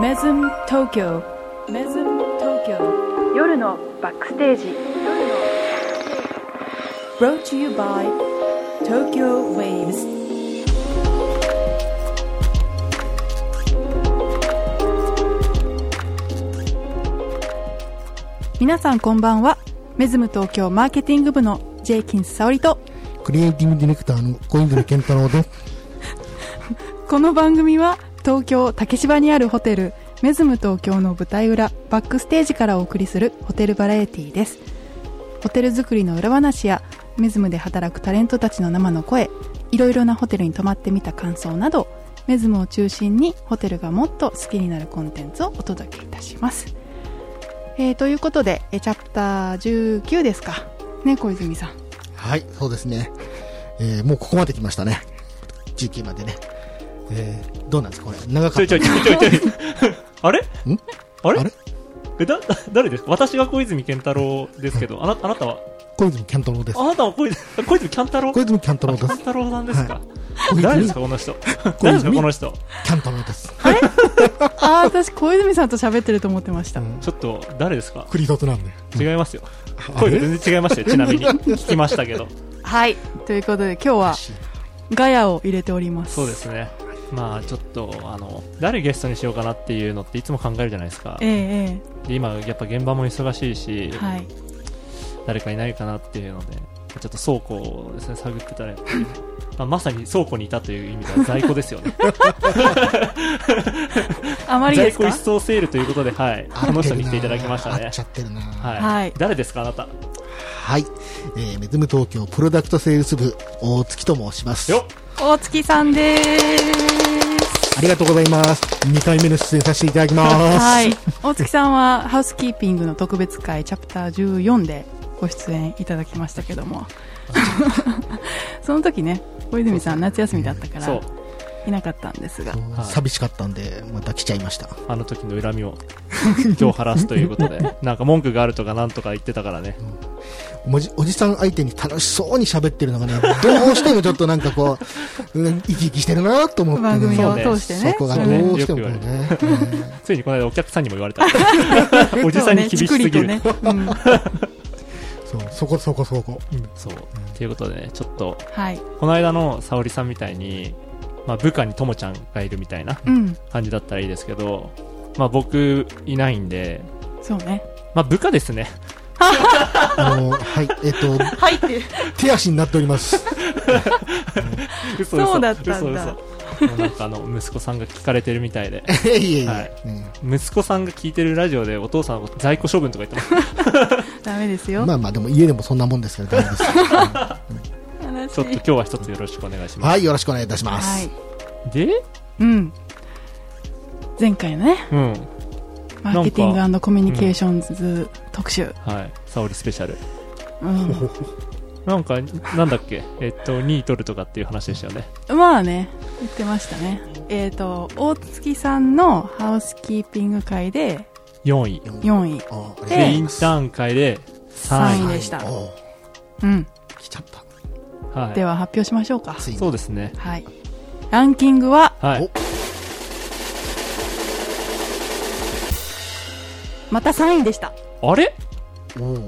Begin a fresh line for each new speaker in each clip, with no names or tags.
メズム東京メズム東京夜のバックステージ夜のバックステージ Brought to you by Tokyo Waves 皆さんこんばんはメズム東京マーケティング部のジェイキンス沙織と
クリエイティブディレクターの小泉健太郎です。
この番組は東京竹芝にあるホテルメズム東京の舞台裏バックステージからお送りするホテルバラエティですホテル作りの裏話やメズムで働くタレントたちの生の声いろいろなホテルに泊まってみた感想などメズムを中心にホテルがもっと好きになるコンテンツをお届けいたします、えーということでえーチャプター19ですかね小泉 さん
はい、そうですね。えー、もうここまで来ましたね。19までね。えー、どうなんですかこれ。長か
ちょ
っ
いちょいちょいちょいちょい。あれ
た。ん
あれ
あれ
えだ、誰ですか私が小泉健太郎ですけど、あなあなたは
小泉健太郎です
あ。なたは小泉、小泉健太郎
小泉健太郎です
あ。健太郎さんですか、
小
誰
泉
ですかこの人。誰ですかこの人。
健太郎です。
ああ私小泉さんと喋ってると思ってました、
うん
ちょっと、誰ですか
クリソツなんで。
違いますよ。
あ
声が
れ
全然違いました よ、ちなみに。聞きましたけど。
はいということで今日はガヤを入れております
そうですね。まあちょっと、あの、誰ゲストにしようかなっていうのっていつも考えるじゃないですか。
えええ
で今、やっぱ現場も忙しいし、
えはい
誰かいないかなっていうので、ちょっと倉庫をですね、探ってたら、 やっぱりまあ、まさに倉庫にいたという意味では在庫です よね。
あまりで
在
す
庫
か
一掃セールということで、はい、この人に来ていただきました
合
ね
っ。ちゃってるな
はい。
はい
誰ですか、あなた。
はい。えー、メズム東京プロダクトセールス部、大月と申します。
よ
大月さんです
ありがとうございます。2回目の出演させていただきます。
はい大月さんはハウスキーピングの特別会チャプター14でご出演いただきましたけども その時ね小泉さん夏休みだったか
そ
ら
う。
いなかったんですが
そう
はい
寂しかったんで、また来ちゃいました。
あの時の恨みを今日晴らすというこ とで、なんか文句があるとかなんとか言ってたからね。
おじおじさん相手に楽しそうに喋ってるのがね、どうしてもちょっとなんかこう、 うん生き生きしてるなと思って、
番組を
そうね
通して
そ
ね
こが
そ
ど
うね
うしてもこうね。うん
ついにこの間お客さんにも言われた。 おじさんに厳し
そう
す
ねじっくり
ぎ
と
る。
ね、うん、
そう、そこそこそこ。
そう。ということでね、ちょっと、
はい
この間の沙織さんみたいに、まあ、部下にともちゃんがいるみたいな
うん
感じだったらいいですけど、まあ、僕いないんで、
そうね
まあ、部下ですね。
あの、はい、えっと、
入ってる
手足になっております。
嘘嘘
そうだったんだ
嘘嘘もうなんかあの息子さんが聞かれてるみたいで
いえいえいえ
はい
うん
息子さんが聞いてるラジオでお父さんは在庫処分とか 言ってま
ダメですよ、
まあまあ、でも家でもそんなもんですから、大丈夫です。
悲
す
し
ちょっと
い
今日は一つよろしくお願いします、
はい、よろしくお願いいたしま
は
す
い。
で
うん前回のね
うん
マーケティングコミュニケーションズ特集、
はい沙織スペシャル
うん
なんかなんだっけ えっと2位取るとかっていう話でしたよね
まあね言ってましたねえっ、と大月さんのハウスキーピング会で
4位
4位
あありがとうござ
で
ええ
イ
い
ン
ます
ターン会で3
三
位
位でした
お
う
う
ん
来ちゃった。
はい
では発表しましょうか
ついに。
そうですね
はいランキングは
はい
また3位でした
あれ
おおう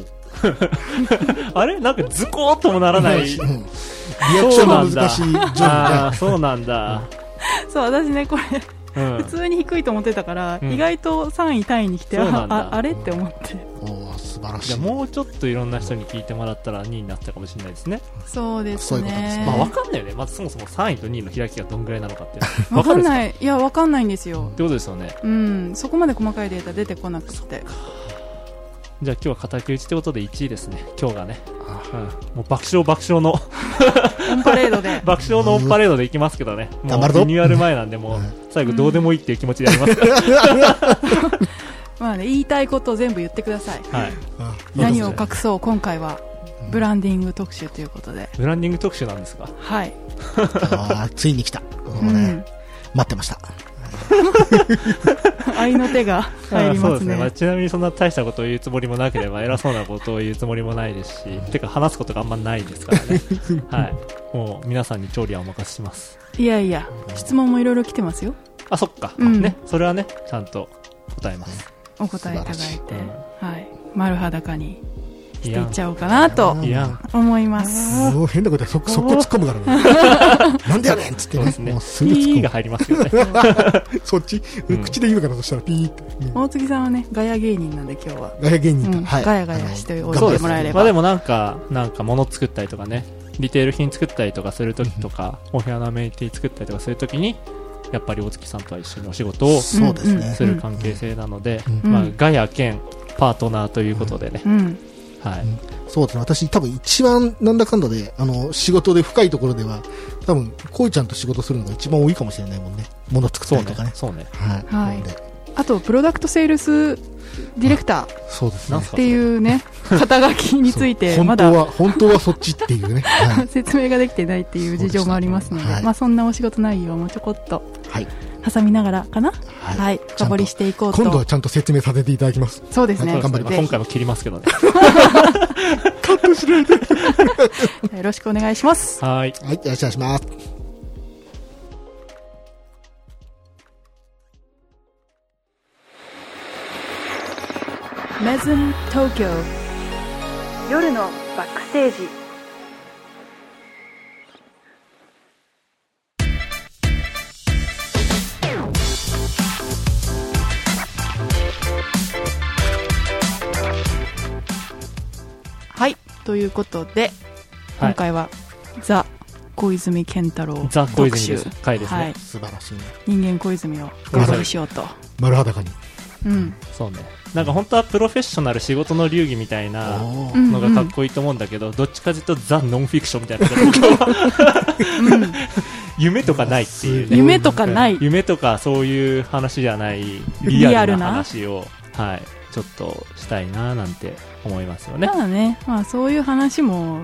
あれなんかズコーっともならな い
うんリアクションの難しい
そう
ジョ
なん
ン
だあ
が
ー。そうなんだ、
そう私ねこれ
うん
普通に低いと思ってたから、
うん
意外と3位タイに来て
そうな
あ
んだ
ああれって思って
おう素晴ら
じ
し
ゃあ
い。
もうちょっといろんな人に聞いてもらったら2位になったかもしれないですね
そうです
そういうことです
ね
ね
まあ、わかんないよね。まずそもそも3位と2位の開きがどんぐらいなのかって。
わかん
い。っ
ないいやわかんないんですよ
てことですよね。
うんそこまで細かいデータ出てこなくて
じゃあ今日は敵討ちってことで1位ですね。今日がね。
あ
うん。もう爆笑爆笑の、
オンパレードで
爆笑のオンパレードでいきますけどね。もう
頑張るぞ
リニューアル前なんで、もう
はい
最後どうでもいいっていう気持ちでやりますから。
まあね言いたいことを全部言ってください
あ
はい。
いいですね
何を隠そう今回はブランディング特集ということで、
ブランディング特集なんですか
はい、
あーついに来た。こ
う
のね
ん、
待ってました。
愛の手が入り
あそ
ま
うですすね。ま
ね
あちなみにそんな大したことを言うつもりもなければ、偉そうなことを言うつもりもないですし、てか話すことがあんまないですからね。はい。もう皆さんに調理はお任せします。
いやいや質問もいろいろ来てますよ
あ、そっか。
うん
ね。それはね、ちゃんと答えます。
お答えいただいて
素晴
はい丸裸に
い
してい
や
っちゃおうかなと
う
いやん。
思います
もう変なことはそそこ突っ込むから ねなんでやねんっつって
そうです
ね
ね。
もうすぐ突っ
ピーが
込
入りますよ ね。
むそっち
うん
口で言うからそしたらピーってうん
大杉さんはねガヤ芸人なんで今日は
ガヤ芸人
うん
だはい
ガヤガヤしておいて
あの
もらえれば
まあでもなんか、なんか物作ったりとかね、リテール品作ったりとかするときとか、お部屋のアメニティ作ったりとかするときに、やっぱり大月さんとは一緒にお仕事をす
そうです
うん
ね
る関係性なので、
うん
まあ
うん
ガヤ兼パートナーということでね、
うん
はい。
そうですね私多分一番なんだかんだであの仕事で深いところでは多分こういちゃんと仕事するのが一番多いかもしれないもんねもの作っ
そ
たり
う
と
ね
かね。
そうね。
はい
は
ないんで
あとプロダクトセールスディレクターっ
そうです
な
ね
んすか
ていうね肩書きについて
そう
ま
本当
だ
は本当はそっちってい うねはい
説明ができてないっていう事情もありますので
そうでしたねはい
まあ、そんなお仕事内容もちょこっと
はい
挟みながらかな、
は
はい深掘りしていこうと
今度はちゃんと説明させていただきます
そうです
そ
ね
うです
頑張り
ねま
ま
あ
ぜ
今回も切りますけどね。
ひよろしくお願いします
はい。
はいよろしくお願いします
メズム東京夜のバックステージはいということで
は
今
い。
回は、ザ・小泉健太郎
ザ・小
特
泉
集
です。回です
はい
ね。
素晴らしいね
人間小泉を深掘りしようと、
丸裸に
うん
そうね。なんか本当はプロフェッショナル仕事の流儀みたいな
お
う
ー
ん
のがかっこいいと思うんだけど、どっちかというとザ・ノンフィクションみたいな 僕は
うん、
夢とかないっていうね。
夢とかない
夢とかそういう話じゃないリアルな話を、はい、ちょっとしたいななんて思いますよね
た。だね、まあ、そういう話も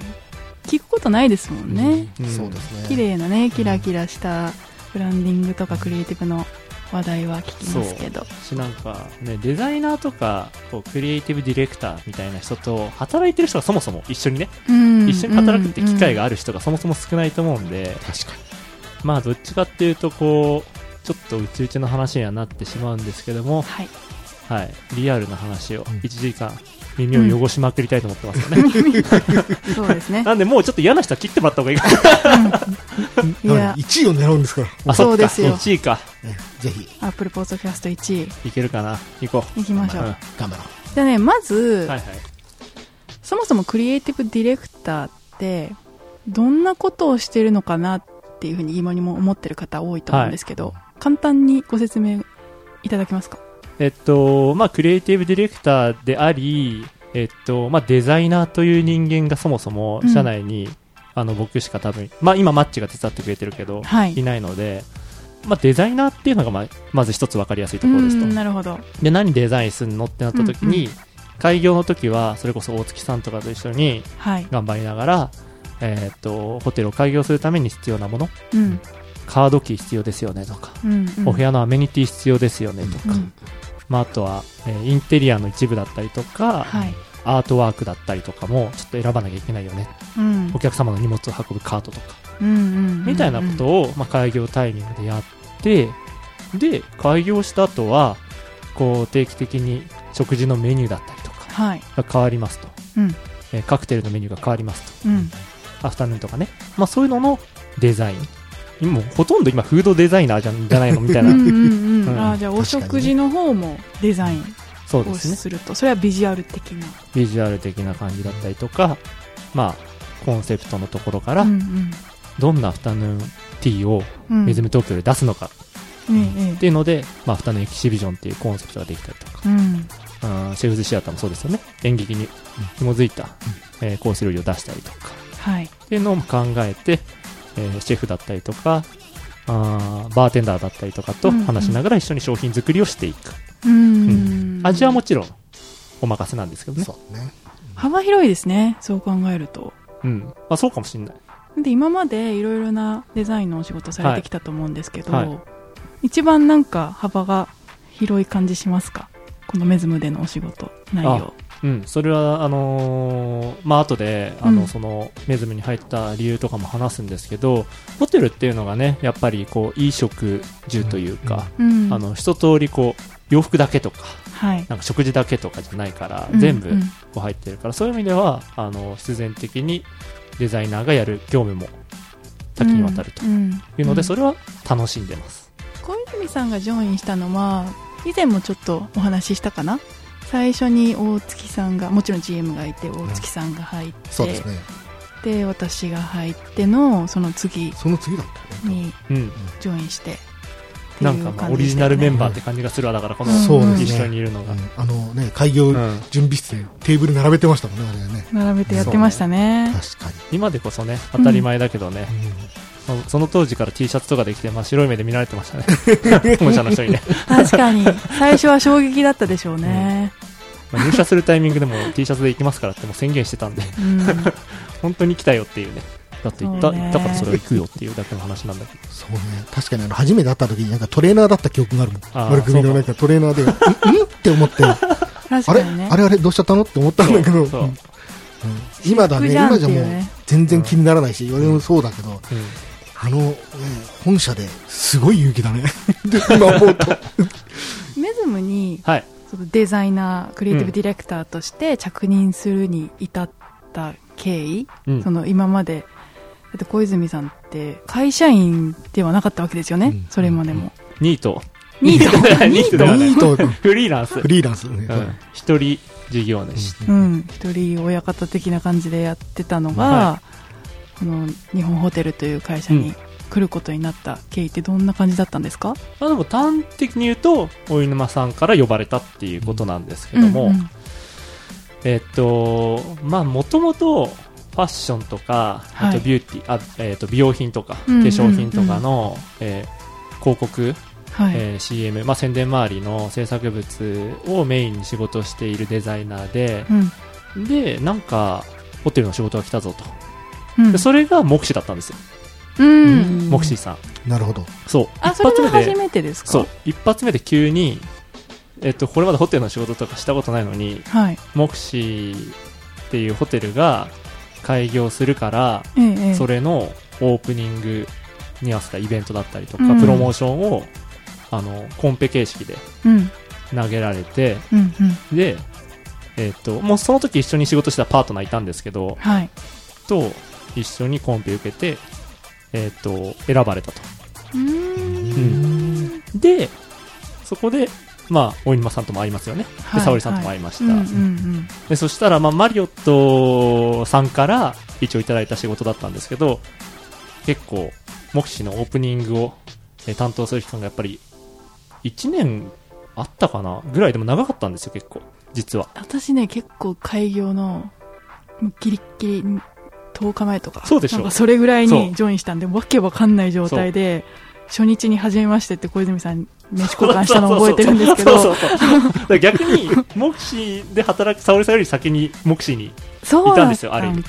聞くことないですもんね、
うん
うん
そうですね
綺麗なねキラキラしたブランディングとかクリエイティブの話題は聞きますけど
しなんか、ね、デザイナーとかこうクリエイティブディレクターみたいな人と働いてる人がそもそも一緒にね、
うん
一緒に働くって機会が
あ
ある人がそもそも少ないと思うんで、
確か
まあどっちかっていうとこうちょっとうちうちの話にはなってしまうんですけども、
はい
はい、リアルな話を
うん
1時間耳を汚しまくりたいと思ってますよね、
そうです ね
なんでもうちょっと嫌な人は切ってもらった方がいいかな
い
に
や
1位を狙うんですから
あそ
そう
っか
ですよ
1位か
ねぜひ
アップルポートキャスト1位
いけるかな行こ
いきま
う、
し
う
ょ
ん、
う、
はい
頑張ろう
じゃあねまず、
はい
そもそもクリエイティブディレクターってどんなことをしてるのかなっていうふうに今にも思ってる方多いと思うんですけど、簡単にご説明いただけますか
えっとまあクリエイティブディレクターでありえっとまあデザイナーという人間がそもそも
うん
社内に、あの僕しか多分まあ今マッチが手伝ってくれてるけど、
はい
いないのでまあ、デザイナーっていうのがまあまず一つ分かりやすいところですと、
うんなるほど
で何デザインするのってなった時に、開業の時はそれこそ大月さんとかと一緒に
はい、
頑張りながら、えーっとホテルを開業するために必要なもの
うん
カードキー必要ですよねとか、
うんうん、
お部屋のアメニティ必要ですよねとか、
うん
まあ、あとは、えーインテリアの一部だったりとか、
はい
アートワークだったりとかもちょっと選ばなきゃいけないよね
うん
お客様の荷物を運ぶカートとか、
うんうんうんうん
みたいなことを、まあ、開業タイミングでやってで開業した後はこう定期的に食事のメニューだったりとか
はい
が変わりますと、
うん
えーカクテルのメニューが変わりますと
うん
アフタヌーンとかね、まあ、そういうののデザインもうほとんど今フードデザイナーじゃんじゃないのみたい
うん
な
うんう
うん
んあーじゃあお食事の方もデザイン
そうで
を
すね
するとそれはビジュアル的な
ビジュアル的な感じだったりとかまあコンセプトのところから
うん
どんなアフタヌーンティーを
うんうん
メズム東京で出すのか
え
っ
ええ
ていうので、まあ、アフタヌーンエキシビジョンっていうコンセプトができたりとか
えうん
うんシェフズシアターもそうですよね演劇に紐づいた、えーコース料理を出したりとか
はい
っていうのを考えて、えーシェフだったりとかあーバーテンダーだったりとかと
うんうん
話しながら一緒に商品作りをしていく、
うん
味はもちろんお任せなんですけどね
そうね
幅広いですねそう考えると
うんまあ、そうかもしれない
で今までいろいろなデザインのお仕事されてきたと思うんですけど、
はいは
一番なんか幅が広い感じしますかこのメズムでのお仕事内容
うん、それはあのーまあ後であの、
うん
そのメズムに入った理由とかも話すんですけどホテルっていうのがねやっぱりこう飲食住というか、
うん
あの一通りこう洋服だけとか
はい
なんか食事だけとかじゃないから、
うん
全部
うん
こう入ってるからそういう意味ではあの必然的にデザイナーがやる業務も多岐にわたると
うんうん
いうので、そ
れ
れは楽しんでます。
小泉さんがジョインしたのは以前もちょっとお話ししたかな最初に大月さんがもちろん GM がいて大月さんが入って、
そうですね。
で私が入ってのその次
その次だったよね。
に
うん
ジョインしてってい
な
うん
かまあ
感
オ
じで
リジ
した
ナ
よね
ルメンバーって感じがするわだからこの
そうですね
一緒にいるのが、
うんあのね、開業
うん
準備室でテーブル並べてましたもんね、あれはね。
並べてやってましたね
確か
今でこそね当たり前だけどね、
に。
そのその当時から T シャツとかできて、まあ、白い目で見られてましたね 本社の 人にね、
確かに最初は衝撃だったでしょうね、
まあ入社するタイミングでも T シャツで行きますからってもう宣言してたんで
うん
本当に来たよっていうねだって行っ
そ
た,、
うね
行ったからそれは行くよっていうだけの話なんだけど
そうね。確かにあの、初めて会った時になんかトレーナーだった記憶があるもん。
あー
丸組のなんかトレー ナーで、んんって思って、あ
確か
れ
にね
あれあれどうしちゃったのって思っ たんだけど、
そううん
今だね、
私服じ
今じ
ゃ
ゃ
んってい
も
う
う
ね
全然気にならないし、俺もそうだけど、
うん
あの、ね本社ですごい勇気だ ね。で今思うと。
メズムに
はい
そのデザイナークリエイティブディレクターとして着任するに至った経緯、
うん
その今までだって小泉さんって会社員ではなかったわけですよね、
うん
それまでも、
ニート
ニート
ニートだよね
ニート、
フリーランス
フリーランス、ね
うん一人事業主、
うん、一人親方的な感じでやってたのが、
は
この日本ホテルという会社に来ることになった経緯ってどんな感じだったんですか、
まあ、でも端的に言うと大沼さんから呼ばれたっていうことなんですけども、
うんうん
えっと、まあ、もともと、ファッションとか、
はい
あとビューティー、あ、えっ、と、美容品とか、化
うんうんうん
粧品とかの、えー広告、
はい、
えー CM、まあ、宣伝周りの制作物をメインに仕事しているデザイナーで、
うん
で、なんか、ホテルの仕事が来たぞと。
うん
で、それが目視だったんですよ。
うん
目視さん。
なるほど。
そう。
あ
一
それ
発
が
目
初
で、
めてですか
そう。一発目で急に、えっと、これまでホテルの仕事とかしたことないのに、
はい
モクシーっていうホテルが開業するから、
ええええ
それのオープニングに合わせたイベントだったりと
う
か、
ん
プロモーションをあのコンペ形式で
うんうん
投げられて、
うん
で、えっと、もうその時一緒に仕事してたパートナーいたんですけど、
はい
と一緒にコンペ受けて、えっと、選ばれたと。
うーん
で、そこで、まあ、大沼さんとも会いますよね。
は
で、
い
沙織さんとも会いました。
うんうん
でそしたら、まあ、マリオットさんから一応いただいた仕事だったんですけど結構目視のオープニングをえー担当する期間がやっぱり1年あったかなぐらいでも長かったんですよ結構実は
私ね結構開業のもうギリッギリ10日前とか
そうでしょ
なんかそれぐらい
そう
にジョインしたんでわけわかんない状態で初日に初めましてって小泉さんに飯交換したの覚えてるんですけ
そ
ど
うそうそうだから逆に目視で働く沙織さんより先に目視に
そうだ
いたんですよある意味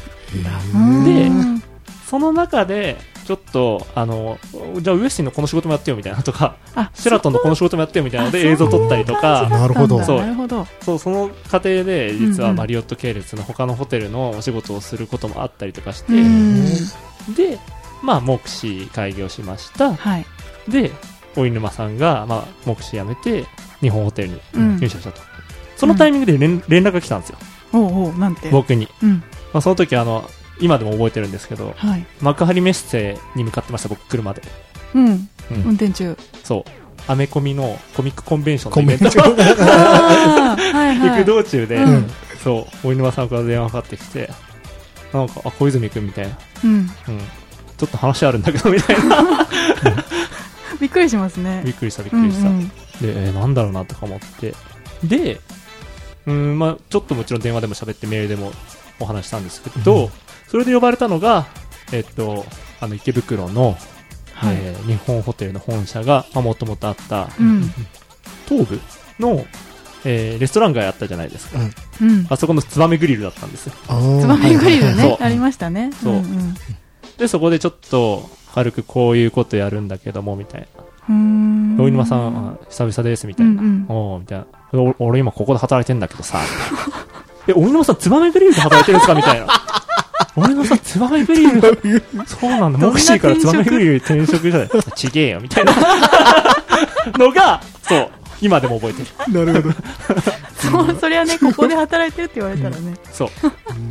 うん
で
うん
その中でちょっとあのじゃあウエスティンのこの仕事もやってよみたいなとか
あ
シェラトンのこの仕事もやってよみたいなの
あ
で映像撮ったりとか
そういう感じだったんだ
そう
なるほど
そうその過程で実
うん
は
うん
マリオット系列の他のホテルのお仕事をすることもあったりとかして、
うん
でまあ目視開業しました
はい
で大沼さんが、まあ、目視辞めて日本ホテルに
うん
入社したと、そのタイミングで連連絡が来たんですよ
おうおうなんて
僕に、
うん
まあ、その時あの今でも覚えてるんですけど
はい
幕張メッセに向かってました僕車で、
うん
うん
運転 中
そうアメコミのコミックコンベンション
コ
のイベ
メ
ン
ン
ト
ト。
あーはい
行
は
く
い
道中で、
うん
そう大沼さんから電話かかってきてなんかあ小泉君みたいな
うん
うん、ちょっと話あるんだけどみたい な
びっくりしますね
びっくりしたびっくりした、
うんうん
で、えーなんだろうなとか思ってでうん、まあ、ちょっともちろん電話でも喋ってメールでもお話したんですけど、
うん
それで呼ばれたのが、えっとあの池袋の、
はい
えー日本ホテルの本社がもともとあった
うん
東部の、えーレストラン街あったじゃないですか
うん
あそこのツバメグリルだったんですよ
つばめグリル
そう
ねありましたね
そうん
ん
でそこでちょっと軽くこういうことやるんだけどもみたいな
うーん
大沼さん、あ久々ですみた
う
い
ん
な、
うん
おうみたいなお俺今ここで働いてんだけどさ え、大沼さん、ツバメブリーズ働いてるんですかみたいな。大沼さん、ツバメブリーズ、そうなん
どん
だ、
な
モクシーからツ
転
バ
職
メブリーズに転職したら、ちげえよ、みたいなのが、そう、今でも覚えてる。
なるほど。
そうそれはねここで働いてるって言われたらね、
そう。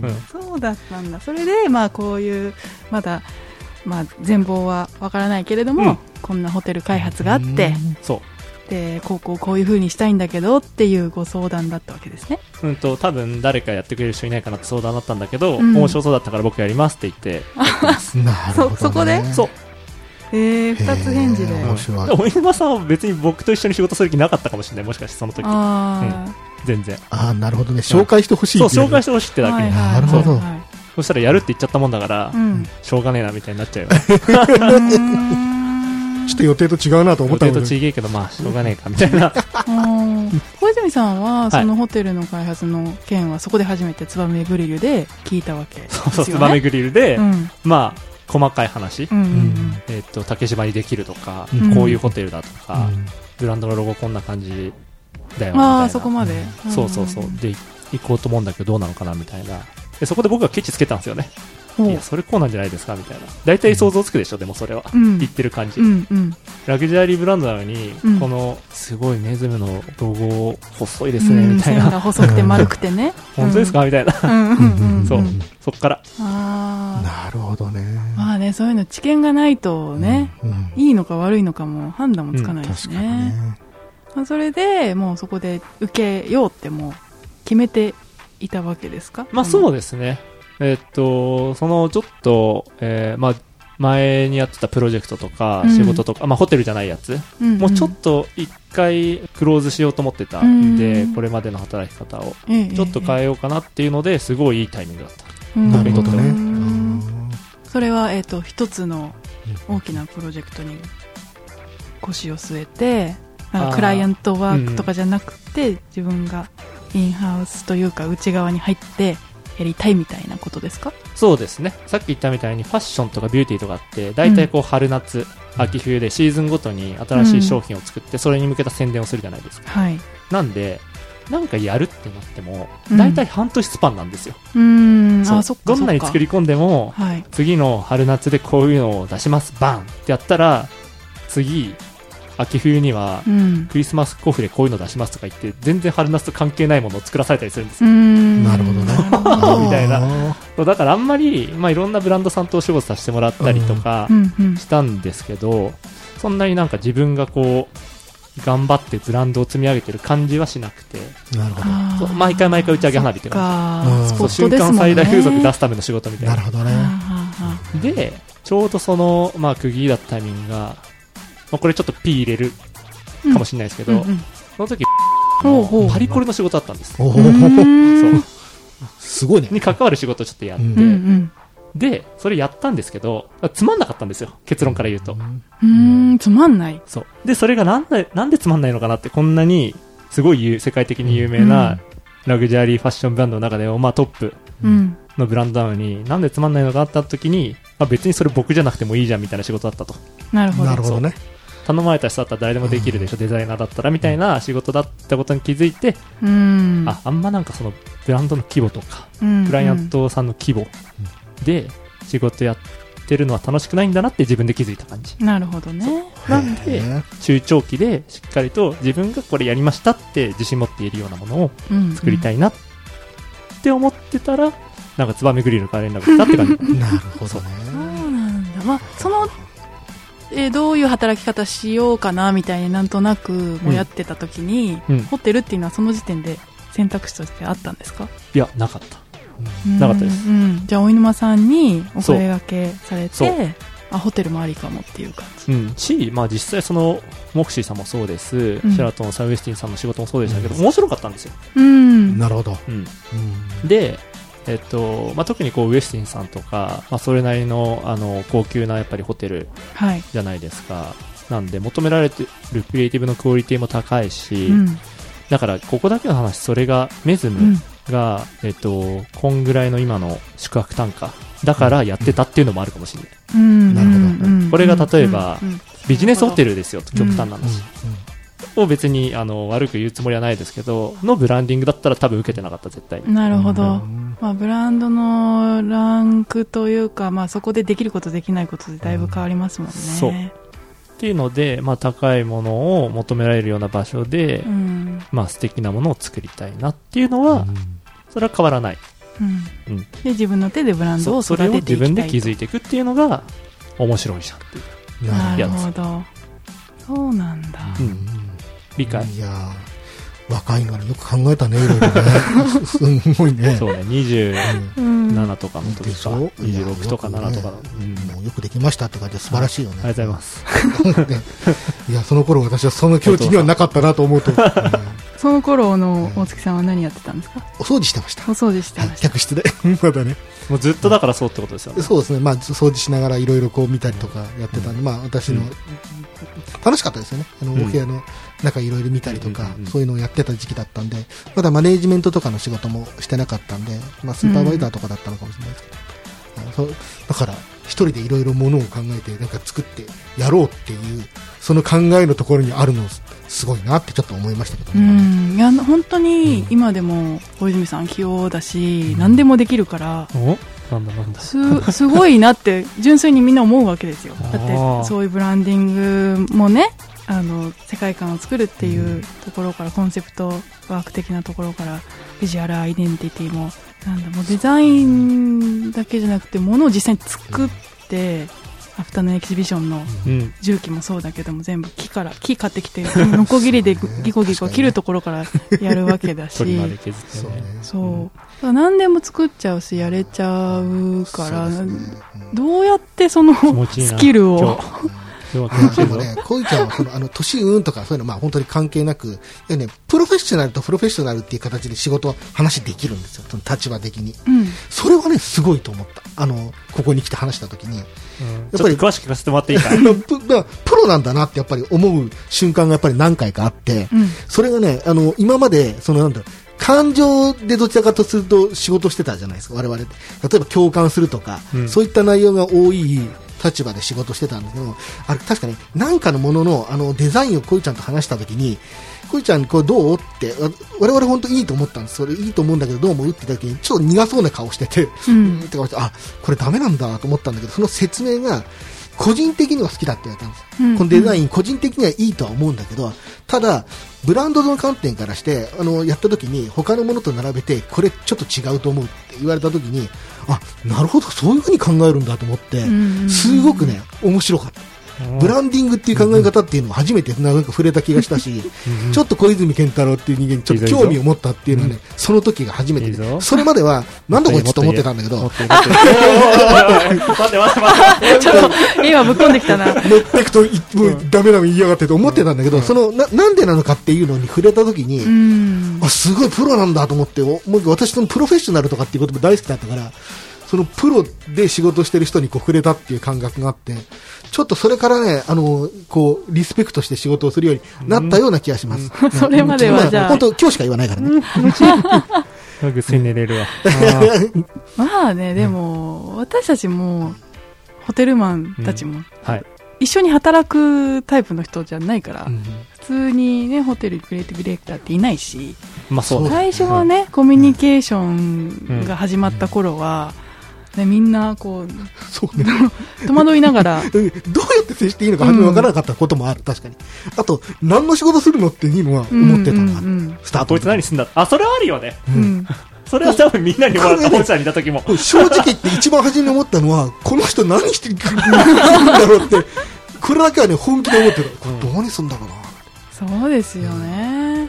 うん
そうだったんだそれでまあこういうまだ、まあ、全貌はわからないけれども、
うん
こんなホテル開発があって
そう。
でこうこうこういう風にしたいんだけどっていうご相談だったわけですね
うんと、多分誰かやってくれる人いないかなって相談だったんだけど、
うん
面白そうだったから僕やりますって言って、
なるほど、
そ
ね。
そこで
そう。
えー、二つ返事で
へー面白い
大沼さんは別に僕と一緒に仕事する気なかったかもしれない、もしかしてその時。
あ
全然。
ああ、なるほどね。紹介してほしい
そう、
ってい
紹介
し
し
て
ほしいって
あ、
だけ。
はいはい
なるほど
はい
そしたらやるって言っちゃったもんだから、
うん、
しょうがねえなみたいになっちゃうよ。
うーん
ちょっと予定と違うなと 思
予
った
定
の
と
で。
ちげえけど、まあ、しょうがねえか、みたいな。
うん小泉さんは、
い
そのホテルの開発の件はそこで初めてツバメグリルで聞いたわけですよ、ね、
そう、ツバメグリルで、
うん
まあ、細かい話。
うんうん
えっと、竹芝にできるとか、
うん
こういうホテルだとか、
うん
ブランドのロゴこんな感じだよ、
う
みたい
ん、
な。
ああそこまで、
そうそうそう。で、行こうと思うんだけど、どうなのかな、みたいな。でそこで僕がケチつけたんですよね。
ほう
いや、それこうなんじゃないですか、みたいな。大体想像つくでしょ、でもそれは。
うん
言ってる感じ
う。んうん
ラグジュアリーブランドなのに
うん、
この、すごいメズムのロゴ、細いで
です
ね、みたいな。
細くて丸くてね
本当ですかみたいな。
うんうんうんうん
そう
うん。
そっから。
ああ
なるほどね。
まあねそういうの知見がないとね、
うん。
いいのか悪いのかも判断もつかないです
確
ね,
か
ま
に
あ、
ね。
それでもうそこで受けようってもう決めていたわけですか
まあそうですね。えーっと、そのちょっと、えーまあ、前にやってたプロジェクトとか
うん
仕事とか、まあホテルじゃないやつ、
うんうん
もうちょっと一回クローズしようと思ってたんで、これまでの働き方を
ええええ
ちょっと変えようかなっていうのですごいいいタイミングだった。
うん
なるほどね。
う
うんん
それは、えっと一つの大きなプロジェクトに腰を据えてなん
あ
か
ー
クライアントワークとかじゃなくて、自分がインハウスというか内側に入ってやりたいみたいなことですか
そうですね。さっき言ったみたいにファッションとかビューティーとかって、大体こう春夏、秋冬でシーズンごとに新しい商品を作って、それに向けた宣伝をするじゃないですか。
はい
なんで、なんかやるってなっても
う、ん
大体半年スパンなんですよ。
うーん
そう
あそっか
どんなに
そっか
作り込んでも、
はい
次の春夏でこういうのを出します、バンってやったら、次、秋冬には
う、ん
クリスマス甲府でこういうの出しますとか言って、全然春夏と関係ないものを作らされたりするんです
うーん
なるほどね
な
み
るほど
たいな
な。
よ。だからあんまり、まあ、いろんなブランドさんとお仕事させてもらったりとか
う、んうん
したんですけど、そんなになんか自分がこう、頑張ってブランドを積み上げてる感じはしなくて、
なるほど。
あー
そう毎回毎回打ち上げ花火って
そっ
感
か
うん
ス
じ。
ポ
そう
ット
瞬
ですもん
間
ね
最大風速出すための仕事みたい
な
な
る。ほど
はあ
ね。
はあは
で、ちょうどその、まあ、区切りだったタイミングが、まあ、これちょっと P 入れるかもしれないですけ
あ
ど、
うんうん
その時、
ほうほう
パリコレの仕事だったんです。
お
うー
お、
ん
そう
すごいね。
に関わる仕事をちょっとやって、
うん
うんうん
で、それやったんですけど、つまんなかったんですよ、結論から言うと。
うーんつまんない
そう。で、それがなんで、なんでつまんないのかなって、こんなに、すごい有世界的に有名
う、
なんラグジュアリーファッションブランドの中でも、まあトップ
うん
のブランドなのに、なんでつまんないのかなってなった時に、まあ別にそれ僕じゃなくてもいいじゃんみたいな仕事だったと。
なるほど
なるほどね。
頼まれた人だったら誰でもできるでしょ、デザイナーだったらみたいな仕事だったことに気づいて、
うん
あ、あんまなんかそのブランドの規模とか、
うん
クライアントさんの規模で仕事やってるのは楽しくないんだなって自分で気づいた感じ。
なるほどね
なんで
へー
中長期でしっかりと自分がこれやりましたって自信持っているようなものを作りた
い
いなって思ってたら、なんかツバメグリルから連絡来たって感じ。
なるほどね。
そうなんだまあその、えーどういう働き方しようかなみたいになんとなくもやってた時に、
うんうん
ホテルっていうのはその時点で選択肢としてあったんですか
いや、なかった。なかったです
うんうんじゃあ大沼さんにお声がけされ
そう
てあホテルもありかもっていう感じ
うん、し、まあ実際その、モクシーさんもそうです、
ん
シェラトン、サンウエスティンさんの仕事もそうでしたけど、面白かったんですよ。
うん
なるほど。
うん。
うん
で、えっと、まあ特にこう、ウエスティンさんとか、まあそれなりの、あの、高級なやっぱりホテル
はい、
じゃないですか。なんで、求められてるクリエイティブのクオリティも高いし、
うん
だから、ここだけの話、それが、メズ
うん
ムが、えっと、こんぐらいの今の宿泊単価、だからやってたっていうのもあるかもしれない。
うん
なるほど
うんうん
これが例えば
うんうん
ビジネスホテルですよ、極端な話。
う
を別にあの悪く言うつもりはないですけど、のブランディングだったら多分受けてなかった、絶対。
なるほど、
うん
まあ、ブランドのランクというか、まあ、そこでできることできないことでだいぶ変わりますもんね、
そうっていうので、まあ、高いものを求められるような場所で、
うん
まあ、素敵なものを作りたいなっていうのは、それは変わらない。
うん
うん
で自分の手でブランド
そ
を
うそ
育
れを
てて
自
いき
分で
たい
気
と
づいていくっていうのが面白いじゃんっていう
な
な
る
る
ほどそうなんだ
ほど。
うん理解、
いやー若いのによく考えたね、いろいろね。すごいね。
そうね27
うん
とかの時
でし
か
ょ
26とか7とかだ、うん
もうよくできましたって感じで素晴らしいよね。
ありがとうございます
いや、その頃私はその境地にはなかったなと思うと、うん
その頃の大月さんは何やってたんですか
お掃除してました。
お掃除して
はい
ました
客室で。 まだね。
もうずっとだからそうってことですよね
そうですね。まあ、掃除しながらいろいろこう見たりとかやってたんで、まあ、私の
うん、
楽しかったですよね。あの、お
うん
部屋の中いろいろ見たりとか
うんうんうん、
そういうのをやってた時期だったんで、まだマネージメントとかの仕事もしてなかったんで、まあ、スーパーバイザーとかだったのかもしれないですけど。あのそうだから、一人でいろいろものを考えて、なんか作ってやろうっていう、その考えのところにあるの、すごいなってちょっと思いましたけど
う
ね。
んいや本当に今でも小泉さん器用だし何でもできるから
おなんだなんだ
すすごいなって純粋にみんな思うわけですよだって
あー
そういうブランディングもねあの世界観を作るっていうところからコンセプトワーク的なところからビジュアルアイデンティティもなんだもうデザインだけじゃなくてものを実際に作ってアフタヌーンエキシビションの
うん
重機もそうだけども全部木から木買ってき てノコギリでギコギコ切るところからやるわけ だし
鳥まで削って
そう
ね
ね。
そう、
うん
だから何でも作っちゃうしやれちゃうから、
そうですねうん
どうやってその
気持ちいい
ス
な
キルを
今 日今日は
で
気持ちいい
も
ぞ
ね、恋ちゃんはその、あの、年運とかそういうの、まあ本当に関係なく、いやね、プロフェッショナルとプロフェッショナルっていう形で仕事は話できるんですよ、その立場的に。
うん
それはね、すごいと思った。あの、ここに来て話した時 に。
うん
ぱり
ちょっと詳しく聞かせてもらっていいか
あのプだからプロなんだなってやっぱり思う瞬間がやっぱり何回かあって、
うん
それがね、あの、今まで、そのなんだろう、感情でどちらかとすると仕事してたじゃないですか、我々って。例えば共感するとか、
うん
そういった内容が多い立場で仕事してたんですけど、あれ確かに何かのものの、あの、デザインをこいちゃんと話したときに、こいちゃんこれどうって、わ我々本当いいと思ったんです。それいいと思うんだけどどう思うって言った時に、ちょっと苦そうな顔してて、
うん
って顔して、あ、これダメなんだと思ったんだけど、その説明が、個人的には好きだって言われたんです。
うん
このデザイン、個人的にはいいとは思うんだけど、ただ、ブランドの観点からして、あの、やった時に、他のものと並べて、これちょっと違うと思うって言われた時に、あ、なるほど、そういうふうに考えるんだと思って、
うん
すごくね、面白かった。ブランディングっていう考え方っていうのを初めてなんか触れた気がしたし、 ちょっと小泉健太郎っていう人間にちょっと興味を持ったっていうのはね、その時が初めて
いいぞ
で、それまでは、なんだこいつと思ってたんだけ
も
ど
っ、と言えもっと言え待って待って待って
ちょっと今ぶっこんできたな
乗ってくとい、もうダメだめ言いやがってと思ってたんだけど、そのな、なんでなのかっていうのに触れた時
う
に、
ん
あ、すごいプロなんだと思って、おもう私そのプロフェッショナルとかっていう言葉大好きだったから、そのプロで仕事してる人にこう触れたっていう感覚があって、ちょっとそれからね、あの、こう、リスペクトして仕事をするようになったような気がします。ね
それまではじゃあ
本当今日しか言わないからね。
ぐっすり寝れるわ
まあねでも私たちもホテルマンたちも、
はい
一緒に働くタイプの人じゃないから、
うん
普通にねホテルクリエイティブディレクターっていないし
まあそうだ
最初はね、コミュニケーションが始まった頃は、ね、みんなこう
そうね。
戸惑いなが ら
どうやって接していいのか初め分からなかったこともある、確かに。あと、何の仕事するのっていうのは思ってたな。
うんうん
スタート
こいつ何すんだあそれはあるよね
うんうん
それは多分みんなにもらった本社にいた時も
正直言って一番初めに思ったのは、この人何してくるんだろうって、これだけはね、本気で思ってる。これどうにすんだろうな。
そうですよね、
ね、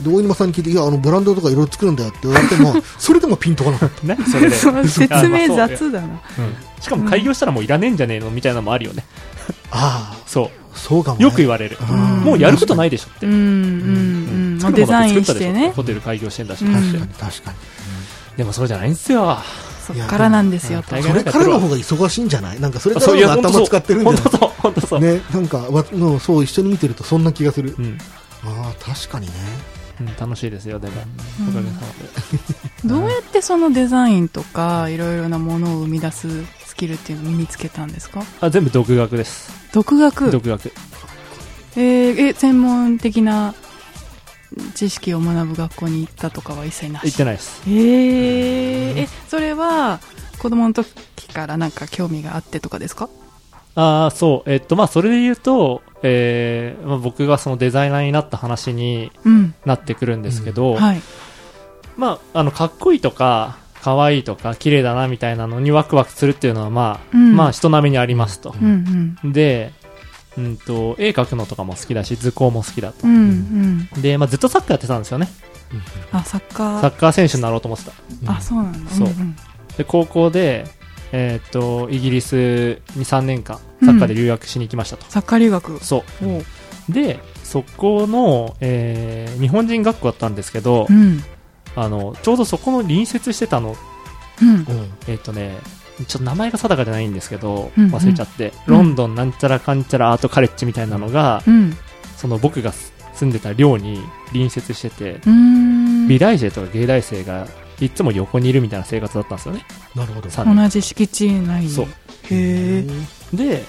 で、大沼さんに聞いて、いや、あの、ブランドとかいろいろ作るんだよって言われても、それでもピンとこなかった。
何それで
そう説明
あまあそう
雑だな、
うんしかも開業したらもういらねえんじゃねえのみたいなのもあるよね
あ
そ
あ、そうかも、
う
ね。
よく言われる
うん
もうやることないでしょっ
う
て
んうんうんまあ
作
デ
るもの
ザ
だっ
イン
作った
し
で
て
ょ
ね
ホテル開業してんだし
うん
確かに、確かに。
でもそうじゃないんですよ
そっからなんですよと
いや
それからの方が忙しいんじゃないなんか、それからの
いや
方が頭使ってるんじゃ
本
ない
当そう本当そう
ね、なんか、わのそう、一緒に見てるとそんな気がする。
うん
ああ、確かにね。
うん楽しいですよでも
うん
おかげさ
どうやってそのデザインとかいろいろなものを生み出すスキルっていうのを身につけたんですか
まであ全部独学です
独学
独学
えーえ専門的な知識を学ぶ学校に行ったとかは一切なし
行ってないです
えー、えそれは子供の時からなんか興味があってとかですか
ああそうえっとまあそれで言うと、えーまあ、僕がそのデザイナーになった話に
うん
なってくるんですけど、
はい
まあ、あのかっこいいとか可愛いとか綺麗だなみたいなのにワクワクするっていうのは、まあ
うん
まあ人並みにありますと
う、ん
で、うん、と絵描くのとかも好きだし図工も好きだ
う
と
んう、んうん
で、まあ、ずっとサッカーやってたんですよね
あサッカ
サ
ー
ッカー選手になろうと思ってた
あそうなんだ
そうんで高校で、えー、とイギリスに3年間サッカーで留学しに行きましたと、
サッカー留学
そ
おう
うでそこの、えー日本人学校だったんですけど、
うん
あのちょうどそこの隣接してたの
うん
うん
えっ、とね、ちょっと名前が定かじゃないんですけど、
うんうん
忘れちゃって、
うん
ロンドンなんちゃらかんちゃらアートカレッジみたいなのが、
うん
その僕が住んでた寮に隣接してて、
うーん
美大生とか芸大生がいつも横にいるみたいな生活だったんですよね、
なるほど。
3年。
同じ敷地内に
そう
へえ
で、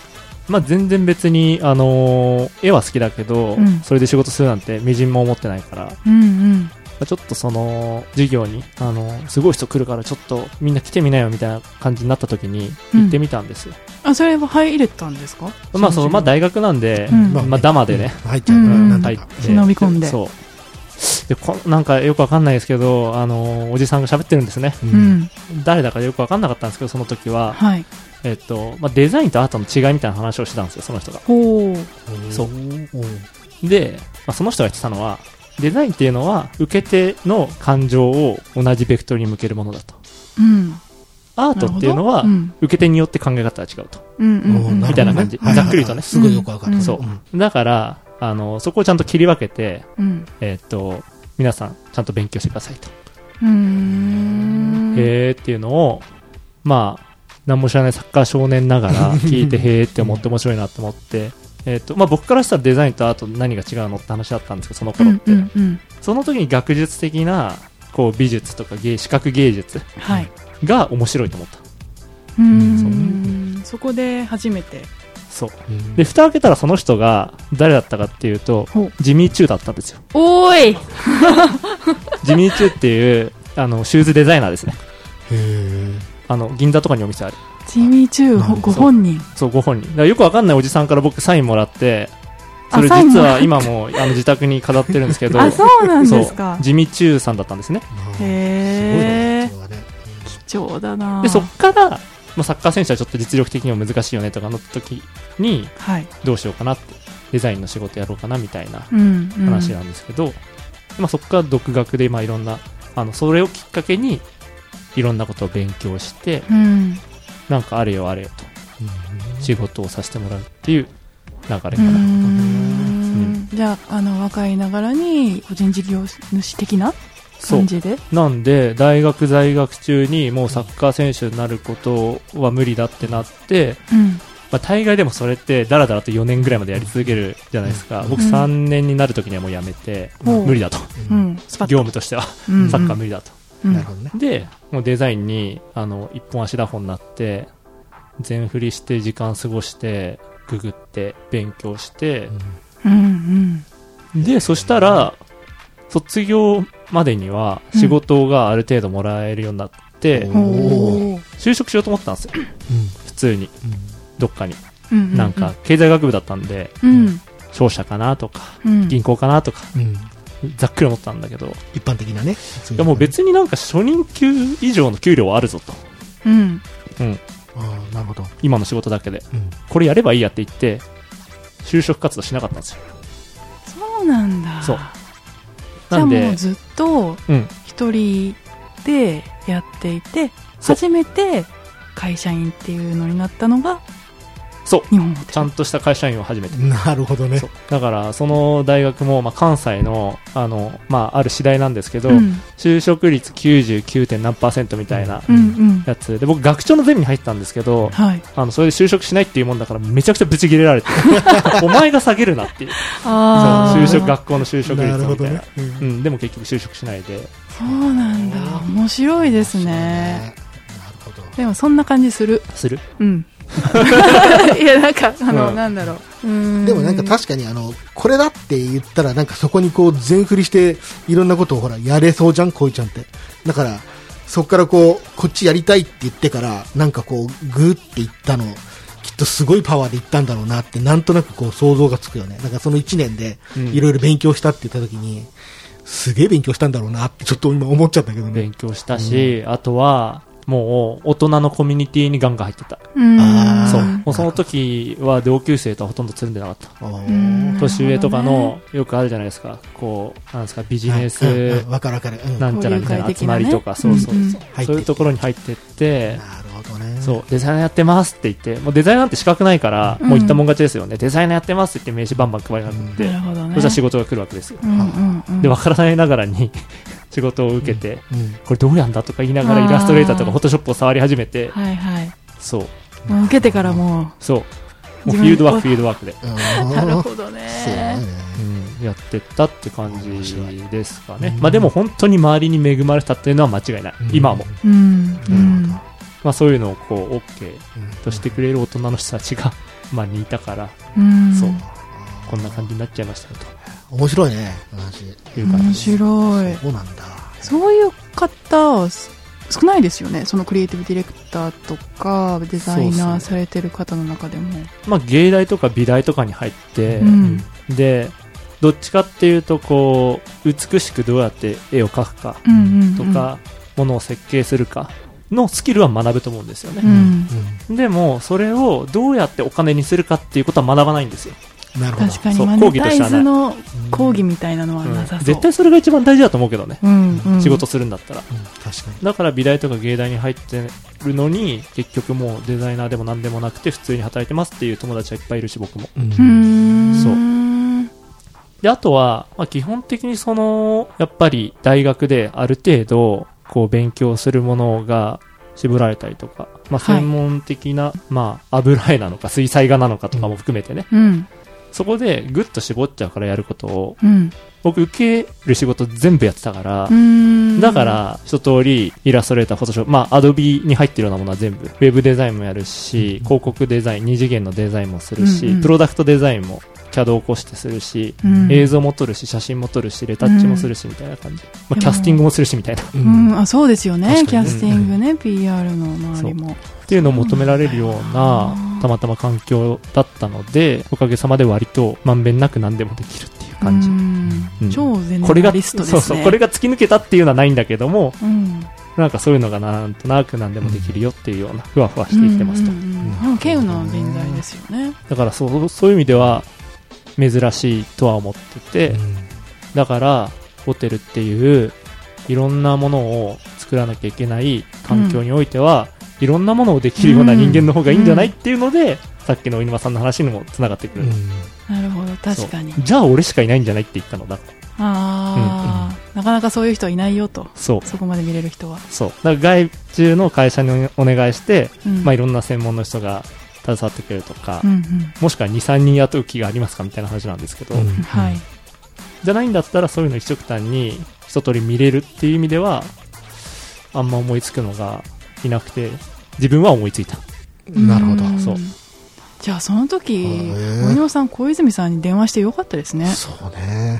まあ、全然別に、あのー絵は好きだけど、
うん
それで仕事するなんてみじんも思ってないから、ま
うんうん
あちょっとその授業に、あのーすごい人来るからちょっとみんな来てみなよみたいな感じになった時に行ってみたんですよ、
あそれは入れたんですか
まあそのまあ
だ
大学なんで、
うん
まあまあダマでね、
入っちゃうから、
うん
なん
入
と
っ
か。
て
忍び込んで
そうでこなんかよくわかんないですけど、あのーおじさんが喋ってるんですね
う
うんん
誰だかよくわかんなかったんですけどその時は、
はい
えっとまあ、デザインとアートの違いみたいな話をしてたんですよその人が
ほう
そう
うん
で、まあ、その人が言ってたのはデザインっていうのは受け手の感情を同じベクトルに向けるものだと
うん
アートっていうのは、
うん
受け手によって考え方が違うと
うんうんうん
おーなるほどね
みたいな感じ
はい
ざっくりとね
すごいよくわか
う
る。
ん
そう
うん
だから、あのーそこをちゃんと切り分けて、
うん
えっと皆さんちゃんと勉強してくださいと
うーん
へーっていうのを、まあ、何も知らないサッカー少年な がら聞いて、へーって思って面白いなって思って、えっと、まあ僕からしたらデザインとアート何が違うのって話だったんですけど、その
う
頃っ
ん
て。
うんうん
その時に学術的な、こう美術とか芸、視覚芸術
はい
が面白いと思った。
うー
そうん
そこで初めて
そう。
うん
で、蓋を開けたらその人が誰だったかっていうと
ほう、
ジミー・チューだったんです よ。
おーい
ジミー・チューっていう、あの、シューズデザイナーですね。
へえ。
あの、銀座とかにお店ある。
ジミー・チュ
なるほ
ー
ど
ご本人
そう、ご本人。だからよくわかんないおじさんから僕サインもらって、
あ
それ
サイン
実
もらっ
は
た
今もあの自宅に飾ってるんですけど、
あそうなんです
そ
か
う地味中さんだったんですね。
へー
すごいなそれはね
貴重だな
で、そっから、まあ、サッカー選手はちょっと実力的にも難しいよねとかの時に、
はい
どうしようかなって、デザインの仕事やろうかなみたいな
うんうん
話なんですけど、まあ、そこから独学で、まあ、いろんな、あの、それをきっかけに、いろんなことを勉強して、
うん
なんかあれよあれよ
うん
と、仕事をさせてもらうっていう流れか
うー
な。
んじゃああの若いながらに個人事業主的な
そう
感。じで
なんで、大学在学中にもうサッカー選手になることは無理だってなって、
うん
まあ、大概でもそれって、だらだらと4年ぐらいまでやり続けるじゃないですか、
うん
僕
うん
3年になるときにはもうやめて、
ほう
無理だと、
う
うん
んスパッ
業務としては、
うんうん
サッカー無理だと。
うん
なるほどね。
で、もうデザインにあの一本足打法になって、全振りして、時間過ごして、ググって、勉強して、
うん
で、そしたら、卒業までには仕事がある程度もらえるようになって、
う
お
んおー
就職しようと思ってたんですよ、普通に、どっかに。
うんうんうん
なんか、経済学部だったんで、
うん
商社かなとか、
うん
銀行かなとか、
うんうん
ざっくり思ったんだけど、い
一般的なね。
やもう別になんか初任給以上の給料はあるぞと、
うん
ああ、なるほど。
今の仕事だけで、
うん
これやればいいやって言って、就職活動しなかったんですよ。
そうなんだ
そう
じゃ
な
あも
んで
う、ずっと
うん、
一人でやっていて
そう
初めて会社員っていうのになったのが
そう、
日本ホテル
ちゃんとした会社員を始めて。
なるほどね
そ。うだから、その大学も、まあ、関西の、あの、まあ、ある次第なんですけど、
うん
就職率 99. 点何パーセントみたいな
うんうん
やつで、僕、学長のゼミに入ったんですけど、
はい
あの、それで就職しないっていうもんだから、めちゃくちゃブチ切れられて、お前が下げるなっていう。その
ああ
就職、学校の就職率
なる
み
ほ
た
ど
いな。
ね。うん
うん、でも結局就職しないで。
そうなんだ面白いですね。
そうねなるほど。
でもそんな感じする
する
うんいやなんかあの、
うん
なんだろうで
でもなんか確かにあの、これだって言ったらなんかそこにこう全振りしていろんなことをほらやれそうじゃん、こいちゃんって。だから、そこからこう、こっちやりたいって言ってから、なんかこう、グーって言ったの、きっとすごいパワーで言ったんだろうなって、なんとなくこう想像がつくよね。なんかその1年で
うん
いろいろ勉強したって言った時に、すげえ勉強したんだろうなってちょっと今思っちゃったけどね。
勉強したし、あとは、もう、大人のコミュニティにガンガン入ってた。
うん
あー
そう。
ん
もうその時は同級生とはほとんどつるんでなかった。
あー
うん
年上とかの、よくあるじゃないですか。こう、なんですか、ビジネ
うんうん
ス
うんわかるわかる。うん
なんちゃらみたいな集まりとか、そうそう
うんうん
そうう。
ん
そういうところに入ってって、
なるほどね。
そう、デザイナーやってますって言って、もうデザイナーなんて資格ないから、
うん
もう言ったもん勝ちですよね。デザイナーやってますって言って名刺バンバン配りなくっ
な
て
る、ほどね
そしたら仕事が来るわけですよ。
うんうんうん
で、わからないながらに 仕事を受けて、
うん。
これどうやんだとか言いながらイラストレーターと
あー
かフォトショップを触り始めて、
はいはい
そう、
もう受けてからも
そう。もう
自分
フィールドワーク、フィールドワークで、
う なるほどね
そうだね。
やってったって感じですかね
う。ん
まあでも本当に周りに恵まれたっていうのは間違いない。今も。
うんうん
な
まあそういうのをこう、OK
うん
としてくれる大人の人たちが、まあにいたから、
うん
そう、こんな感じになっちゃいましたよ
面白いね、話。
という感じ
面白い
そうなんだ。
そういう方はす少ないですよねそのクリエイティブディレクターとかデザイナーされてる方の中でも
まあ、芸大とか美大とかに入って、
うん
でどっちかっていうとこう美しくどうやって絵を描くか
うんうんうん
とか、ものを設計するかのスキルは学ぶと思うんですよ
う
ね、
ん
でもそれをどうやってお金にするかっていうことは学ばないんですよ、
うんなるほど。
確かに
そう
マ
講
ネ
義と
タ
しては
イズ
ない
の
うん
講義みたいなのはなさそう
絶対それが一番大事だと思うけどね、
うんうん
仕事するんだったら
うん確かに。
だから美大とか芸大に入ってるのに結局もうデザイナーでも何でもなくて普通に働いてますっていう友達はいっぱいいるし僕も
うん
うーん
そう
うん
で、あとは、まあ、基本的にその、やっぱり大学である程度、こう勉強するものが絞られたりとか、まあ、
はい
専門的な、まあ、油絵なのか水彩画なのかとかも含めてね、
うん
そこでぐっと絞っちゃうからやることを、
うん
僕受ける仕事全部やってたから
う、ん
だから、一通り、イラストレーター、フォトショップ、まあ、アドビに入ってるようなものは全部、ウェブデザインもやるし、広告デザイン、二次元のデザインもするし、
うんうん
プロダクトデザインも CAD を起こしてするし、
うん
映像も撮るし写真も撮るしレタッチもするしみたいな感じ、ま
でも
あ、キャスティングもするしみたいなっ
うん、あそうですよね、
確
キ
かに
ャスティングね、PR の周りも。
ていうのを求められるような
うん
たまたま環境だったのでおかげさまで割とまんべんなく何でもできるっていう感じ、
うん
うん
超全
これが
然リストです
そ
ね。
うそうこれが突き抜けたっていうのはないんだけども
うん、
なんかそういうのがなんとなく何でもできるよっていうようなふわふわしてきてますと、
うんうんうんでも稀有な人材ですよね。
だからそうそういう意味では珍しいとは思ってて、だからホテルっていういろんなものを作らなきゃいけない環境においては、いろんなものをできるような人間の方がいいんじゃない、
うん
っていうのでさっきのお沼さんの話にもつながってく
うん
る、
なるほど、確かに
そう。じゃあ俺しかいないんじゃないって言ったのだ
ああ、なかなかそういう人いないよと、
そう
そこまで見れる人は。
そうだから外注の会社にお願いして、
うん
まあ、いろんな専門の人が携わってくれるとか、
うんうん
もしくは23人雇う気がありますかみたいな話なんですけど、
うん
はい。
じゃないんだったらそういうの一色単に一通り見れるっていう意味ではあんま思いつくのがいなくて自分は思いついた
なるほど。
ん
そう
じゃあ、その時、
へー
森野さん、小泉さんに電話してよかったですね。
そうね。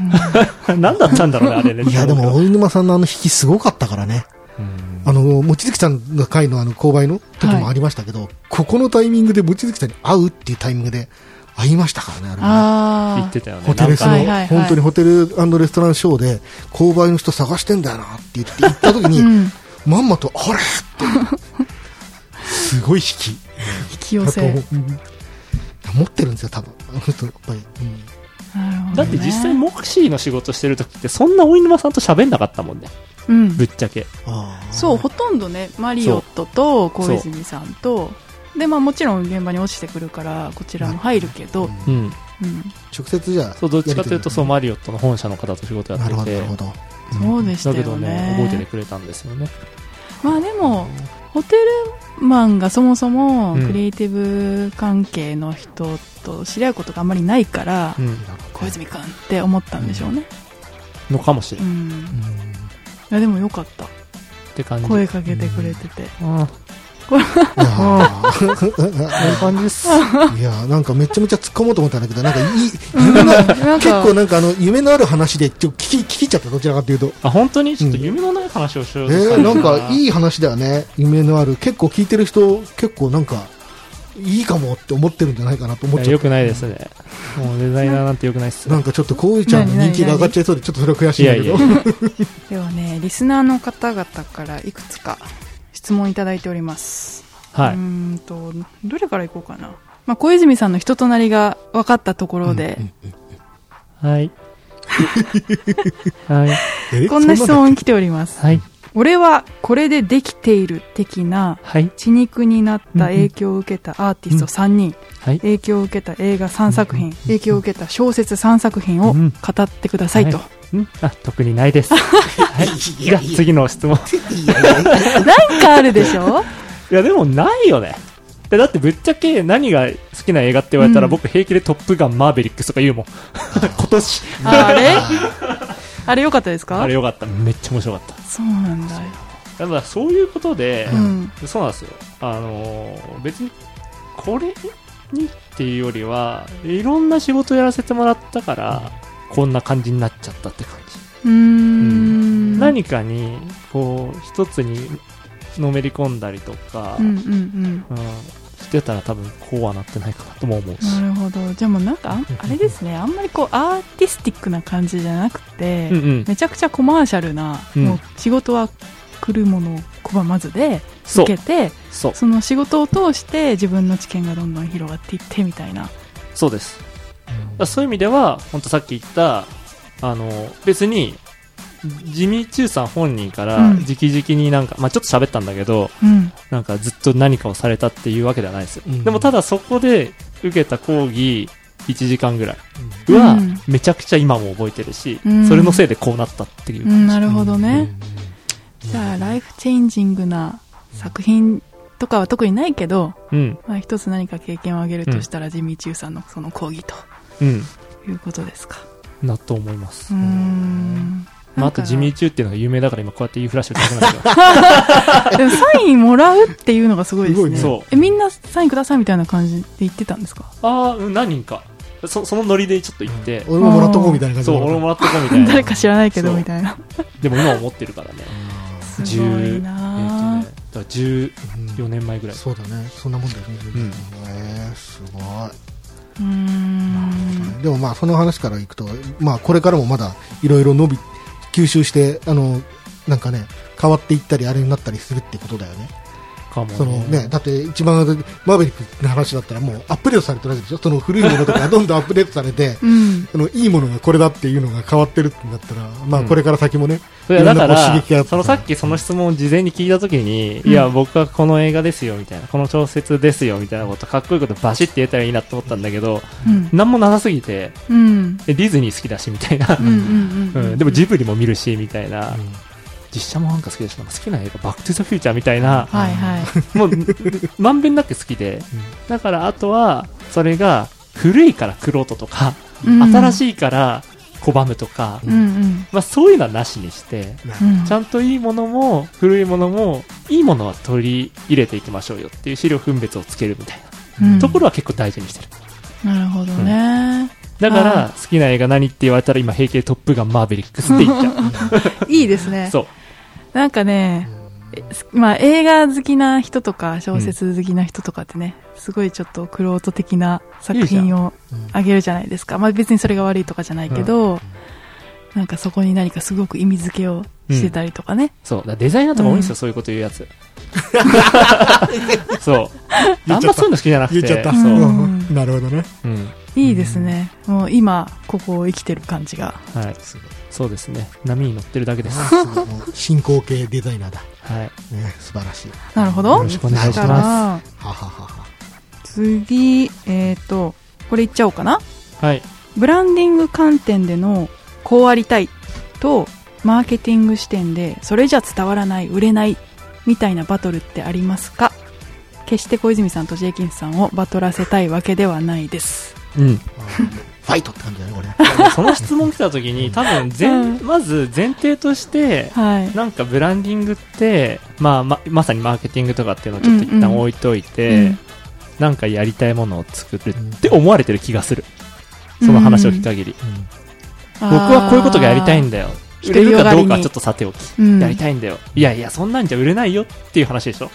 何だったんだろうね、あれね。
いや、でも、大沼さんのあの引きすごかったからね。
うん、
あの、望月さんが会のあの、購買の時もありましたけど、ここのタイミングで望月さんに会うっていうタイミングで会いましたからね、あれはね
ああ。
言ってたよね。
ホテルその、
なんか
はいはいはい
本当にホテルレストランショーで、購買の人探してんだよなって言って行った時に、
うん、
まんまと、あれって、すごい引き。
引き寄せ。
だと思ううん持ってるんですよ、多分。あの人、やっぱり。うん
なるほどね
だって実際、モクシーの仕事してる時って、そんな大沼さんと喋んなかったもんね。
うん
ぶ、っちゃけ。
あー
そう、ほとんどね、マリオットと小泉さんと、で、まあもちろん現場に落ちてくるから、こちらも入るけど、
ん
うん。
うん、
直接じゃあ
そう、どっちかというと、そう、
や
マリオットの本社の方と仕事
り
やっ
取
て
るなる。
て
ほど、なる
そうでした
だけ
よ
ど
ね
ね、。覚えててくれたんですよね。
まあでも、ホテルマンがそもそも
うん
クリエイティブ関係の人と知り合うことがあんまりないから、
うん。
小泉君って思ったんでしょうね。
のかもしれ。
うん
っ。
いやでもよかった。
て感じ。
声かけてくれてて。
うん
いやー
そういう感じです。
いやーなんかめちゃめちゃ突っ込もうと思ったんだけど、なんかいい、夢の
なん
結
か
構なんかあの、夢のある話で、ちょっと聞き、聞きちゃった、どちらかというと。
あ本当にちょっと夢のない話をしよ
え
うとした
ー、なんか
い
いい話だよね。夢のある。結構聞いてる人、結構なんか、いいかもって思ってるんじゃないかなと思っ
や
ちゃ
よ
っ
くないですねもうデザイナーなんてよくないっす
た。なんかちょっと、こういうちゃんの人気が上がっちゃいそうで、ちょっとそれは悔しいんだけど。
いやい
ではねリスナーの方々からいくつか質問いただいております
は
う
い
ーんとどれからいこうかな、まあ、小泉さんの人となりが分かったところで、
はい はい
え
こんな質
そだ
問来ております
はい
俺はこれでできている的な
はい
血肉になった影響を受けたアーティスト3人、
はい
影響を受けた映画3作品、影響を受けた小説3作品を
うん
語ってくださいと、
うんあ特にないです はいじゃあ次の質問
なんかあるでしょ
いやでもないよねでだってぶっちゃけ何が好きな映画って言われたら、
うん
僕平気で「トップガンマーベリックス」とか言う もん今年
あれ あれ良かったですか
あれよかっためっちゃ面白かっ
そうなんだよ、
ただからそういうことで、
うん
そうなんですよあのー別にこれにっていうよりはいろんな仕事やらせてもらったから、こんな感じになっちゃったって感じ
うーん
何かにこう一つにのめり込んだりとか、
うんうんうん
うんしてたら多分こうはなってないかなとも思うし、
なるほどじゃあもうなんかあんあれですねあんまりこうアーティスティックな感じじゃなくて、
うんうん、
めちゃくちゃコマーシャルな、
うん
もう仕事は来るものを拒まずで
そ
受
う
けて
そう
その仕事を通して自分の知見がどんどん広がっていってみたいな
そうですだからそういう意味では本当さっき言ったあの別にジミー・チューさん本人から
うん
直々になんか、まあちょっと喋ったんだけど
うん
なんかずっと何かをされたっていうわけではないですよ、
うん
でもただそこで受けた講義1時間ぐらい
うん
は、
うん
めちゃくちゃ今も覚えてるし、
うん
それのせいでこうなったっていう、
うんなるほどね、。
うん
じゃあライフチェンジングな作品とかは特にないけど、
うん
まあ、一つ何か経験をあげるとしたら、ジミー・チューさんのその講義と
うん
いうことですか
なと思います、
うーん
まあ、あとジミー・
ー
チューっていうのが有名だから今こうやって言いフラッシュできないんです よ
でもサインもらうっていうのがすごいですね
すごいね
えみんなサインくださいみたいな感じで言ってたんですか
ああうん何人かそそのノリでちょっと行って、
俺ももらっとこうみたいな感じ
そう
で
俺ももらったかみたいな
誰か知らないけど
そう
みたいな
でも今思ってるからね。
す
10
ごい
えっと
な
ね、だから14
うん
年前ぐらい。
そうだね。そんなもんだよね。
うん
えーすごい。
うーん
でもまあその話からいくと、まあ、これからもまだいろいろ伸び吸収してあのなんかね変わっていったりあれになったりするってことだよね
かもね。
そのねだって一番マーベリックの話だったらもうアップデートされてるわけでしょその古いものとか がどんどんアップデートされて
うん
そのいいものがこれだっていうのが変わってるってなったら、まあ、
うん
これから先もね、
それはだか
いろんなこう刺激があっ
ら、
て
そのさっきその質問を事前に聞いたときに、
うん
いや、僕はこの映画ですよ、みたいな、この小説ですよ、みたいなこと、かっこいいことバシッて言えたらいいなと思ったんだけど、
うん
なんもなさすぎて、
うん
えディズニー好きだし、みたいな
う。んうんう
うんん、でもジブリも見るし、みたいな
う。ん
実写もなんか好きだし、なんか好きな映画、バックトゥザフューチャーみたいな、
はいはい
もう、まんべんなく好きで。だから、あとは、それが、古いからクロートとか、新
い、
しいから拒むとか、
うんうん
まあ、そういうのはなしにして
うん、
ちゃんといいものも古いものもいいものは取り入れていきましょうよっていう資料分別をつけるみたい
うん
なところは結構大事にしてる
なるほどね、
だか
あ
ら好きな映画何って言われたら今平気で「トップガンマーヴェリックス」って言っちゃ
いいです
う
ね
そう
なんかね、えすまあ、映画好きな人とか小説好きな人とかってね、すごいちょっとクロート的な作品を
うん
あげるじゃないですか、まあ、別にそれが悪いとかじゃないけど、なんかそこに何かすごく意味付けをしてたりとかね、
そうだからデザイナーとか多いんですよ、
うん
そういうこと言うや つそう
言っ
あん
ちゃ
ま
った
そういうの好きじゃなく
言
て
っちゃった、
そう、
ん
うんなるほど ね
うん
いいですね、もう今ここを生きてる感じが
はい、
すごい
そうですね波に乗ってるだけです、
すごいもう進行形デザイナーだ、
はい、
ね、素晴らしい
なるほ
よ
ど
ろしくお願いし
だか
ます
ら
はははは
次えっ、とこれいっちゃおうかな
はい
ブランディング観点でのこうありたいとマーケティング視点でそれじゃ伝わらない売れないみたいなバトルってありますか 決して小泉さんとジェイキンスさんをバトらせたいわけではないです
うん
あーファイトって感じだね、これ。
その質問来た時に多分前、
うん
まず前提として
はい。
なんかブランディングって、まあ、ままさにマーケティングとかっていうのをちょっと一
うんう
旦
ん
置いといて、
うん
なんかやりたいものを作るって思われてる気がするその話を聞く限り、
うん
僕
僕はこういうことがやりたいん
だ。
だよ
ー
売れるかど
独りよ
う
が
か
りに
ちょっとさておき、
うん
やりたいんだよいやいやそんなんじゃ売れないよっていう話でしょ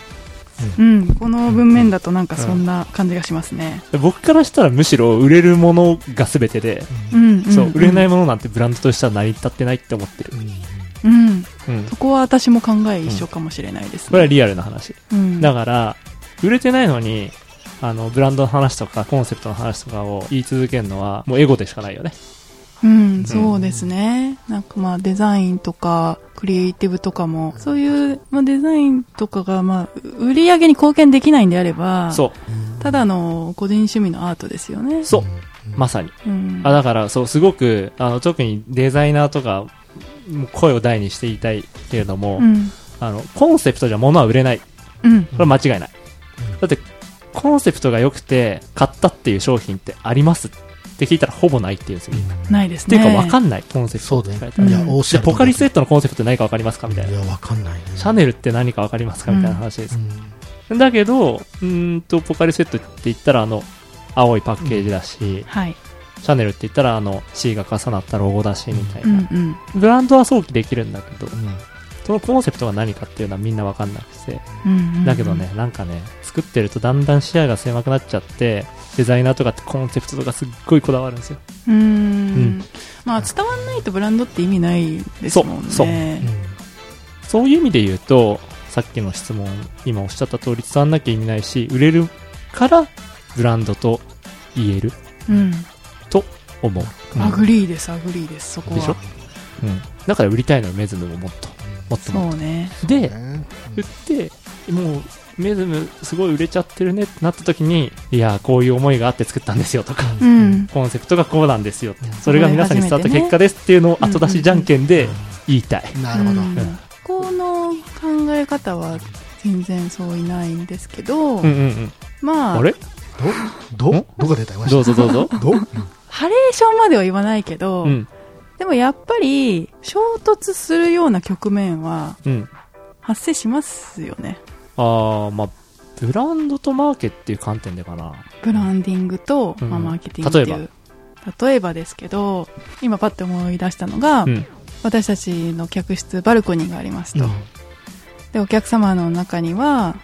うん、この文面だとなんかそんな感じがしますね。
僕からしたらむしろ売れるものが全てで、
うん、ん
そう売れないものなんてブランドとしては成り立ってないって思ってる
う、んうん
うん、
うん、
そこは私も考え一緒かもしれないです
これは
ね。
リアルな話
うん
だから、売れてないのに、あの、ブランドの話とか、コンセプトの話とかを言い続けるのは、もうエゴでしかないよね。
うん、そうですね。なんかまあデザインとか、クリエイティブとかも、そういう、まあ、デザインとかが、まあ、売り上げに貢献できないんであれば、
そ
ただの個人趣味のアートですよね
う、。そう、
うん
まさに。
うん。
あ、だから、そう、すごく、あの、特にデザイナーとか、もう声を大にして言いたいけれども、
うん。
あの、コンセプトじゃ物は売れない。こ
うん。
れは間違いな
う
い。
ん
だって、コンセプトが良くて、買ったっていう商品ってありますって聞いたらほぼないっていうんですよ。
ないです
って
ね。
いうか、わかんない、コンセプト
そう
っ
だ
て聞か
よ
れた
い
ら。じ
や、
うん
おっしゃ
ゃあ
る通り
ポカリスエットのコンセプト何かわかりますかみたいな。
いや、わかんないね。
シャネルって何かわかりますかみたいな話です
う。ん
だけど、うーんと、ポカリセットって言ったら、あの、青いパッケージだし、
はい。
シャネルって言ったら、あの、C が重なったロゴだし、みたいうな、
んうん。
ブランドは想起できるんだけど、
うん
そのコンセプトが何かっていうのはみんなわかんなくて。
うんうんうん
だけどね、。なんかね、作ってるとだんだん視野が狭くなっちゃって、デザイナーとかってコンセプトとかすっごいこだわるんですよ。
うー
うん
ん。まあ、伝わんないとブランドって意味ないですもんね。
そうそう
う
そういう意味で言うと、さっきの質問、今おっしゃった通り伝わんなきゃ意味ないし、売れるからブランドと言える
ん。
と思う。
うん
アグリーです、アグリーです、そこ
でしょ
は。
うん、だから売りたいのよメズムをもっともっともっ
そうね。
とで、
ね
売ってもうメズムすごい売れちゃってるねってなった時にいやーこういう思いがあって作ったんですよとか、
う
うん
ん。
コンセプトがこうなんですよって
うん
それが皆さんに伝わった結果ですっていうのを後出しじゃんけんで言いたい、
なるほど。
うん
うん
この考え方は全然そういないんですけど、
うんうんうん
ま
あ
あ、
れ
ど、
ん
ど、どこ出たよ、
どうぞどうぞ
ど
ハレーションまでは言わないけど、
うん
でもやっぱり衝突するような局面は
うん
発生しますよね。
ああまあブランドとマーケっていう観点でかな
ブランディングと、
うん
まあ、マーケティングっていう。
例え
例えばですけど、今パッて思い出したのが、
うん
私たちの客室バルコニーがありますと。で、お客様の中には、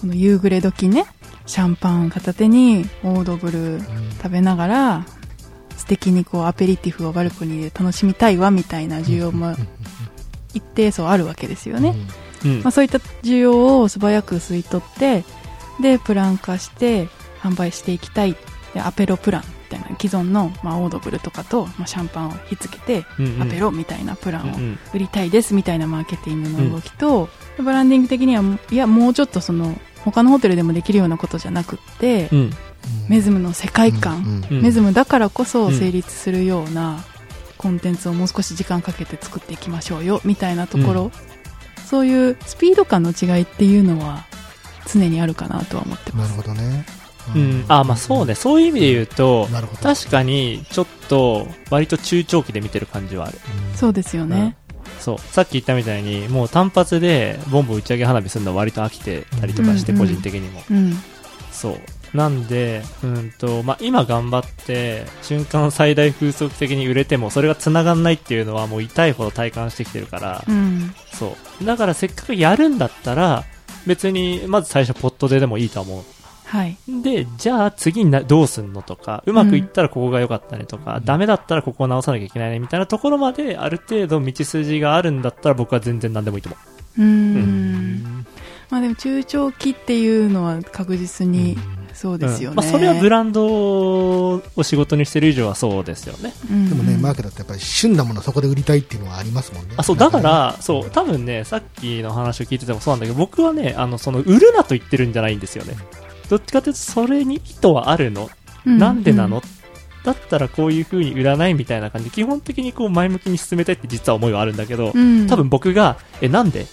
この夕暮れ時ね、シャンパン片手にオードブル食べながら、素敵にこうアペリティフをバルコニーで楽しみたいわみたいな需要も一定層あるわけですよね。
うん
まあ、そういった需要を素早く吸い取ってでプラン化して販売していきたいでアペロプランみたいな既存の、まあ、オードブルとかと、まあ、シャンパンをひっつけて
うんうん
アペロみたいなプラ
う
ン
んう
を
ん
売りたいですみたいなマーケティングの動きと、でブランディング的にはもういやもうちょっとその他のホテルでもできるようなことじゃなくって、
うん
メズムの世界観、
うん
メズムだからこそ成立するようなコンテンツをもう少し時間かけて作っていきましょうよみたいなところ、
う
そういうスピード感の違いっていうのは常にあるかなとは思って
な
ま
る
す
ほどね。
うんあーまあそうねそういう意味で言うと、
なるほど。
確かにちょっと割と中長期で見てる感じはある
そうですよね、
そうさっき言ったみたいにもう単発でボンボン打ち上げ花火するのは割と飽きてたりとかして、
うんうん
個人的にも
うん
そうなんでうんと、まあ、今頑張って瞬間最大風速的に売れてもそれが繋がんないっていうのはもう痛いほど体感してきてるから、
うん
そうだからせっかくやるんだったら別にまず最初ポットででもいいと思う
はい
で、じゃあ次などうすんのとか、うまくいったらここが良かったねとか、
うん
ダメだったらここを直さなきゃいけないねみたいなところまである程度道筋があるんだったら僕は全然何でもいいと思
うーん
う
まあでも中長期っていうのは確実
うん
にそう
う。
ですよね、
うんまあ、それはブランドを仕事にしてる以上はそうですよね。
うん
でもね、マーケだってやっぱり旬なものそこで売りたいっていうのはありますもんね。
あ、そう、だから、そう、多分ね、さっきの話を聞いててもそうなんだけど、僕はね、あの、その、売るなと言ってるんじゃないんですよね。どっちかというと、それに意図はあるの
う
なんでなの、だったらこういう風に売らないみたいな感じで、基本的にこう前向きに進めたいって実は思いはあるんだけど、
うん
多分僕が、え、なんで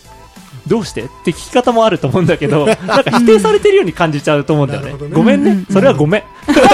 どうしてって聞き方もあると思うんだ けど、なんか否定されてるように感じちゃうと思うんだよね。
なるほどね
ごめん
うんうん
ね。それはごめん。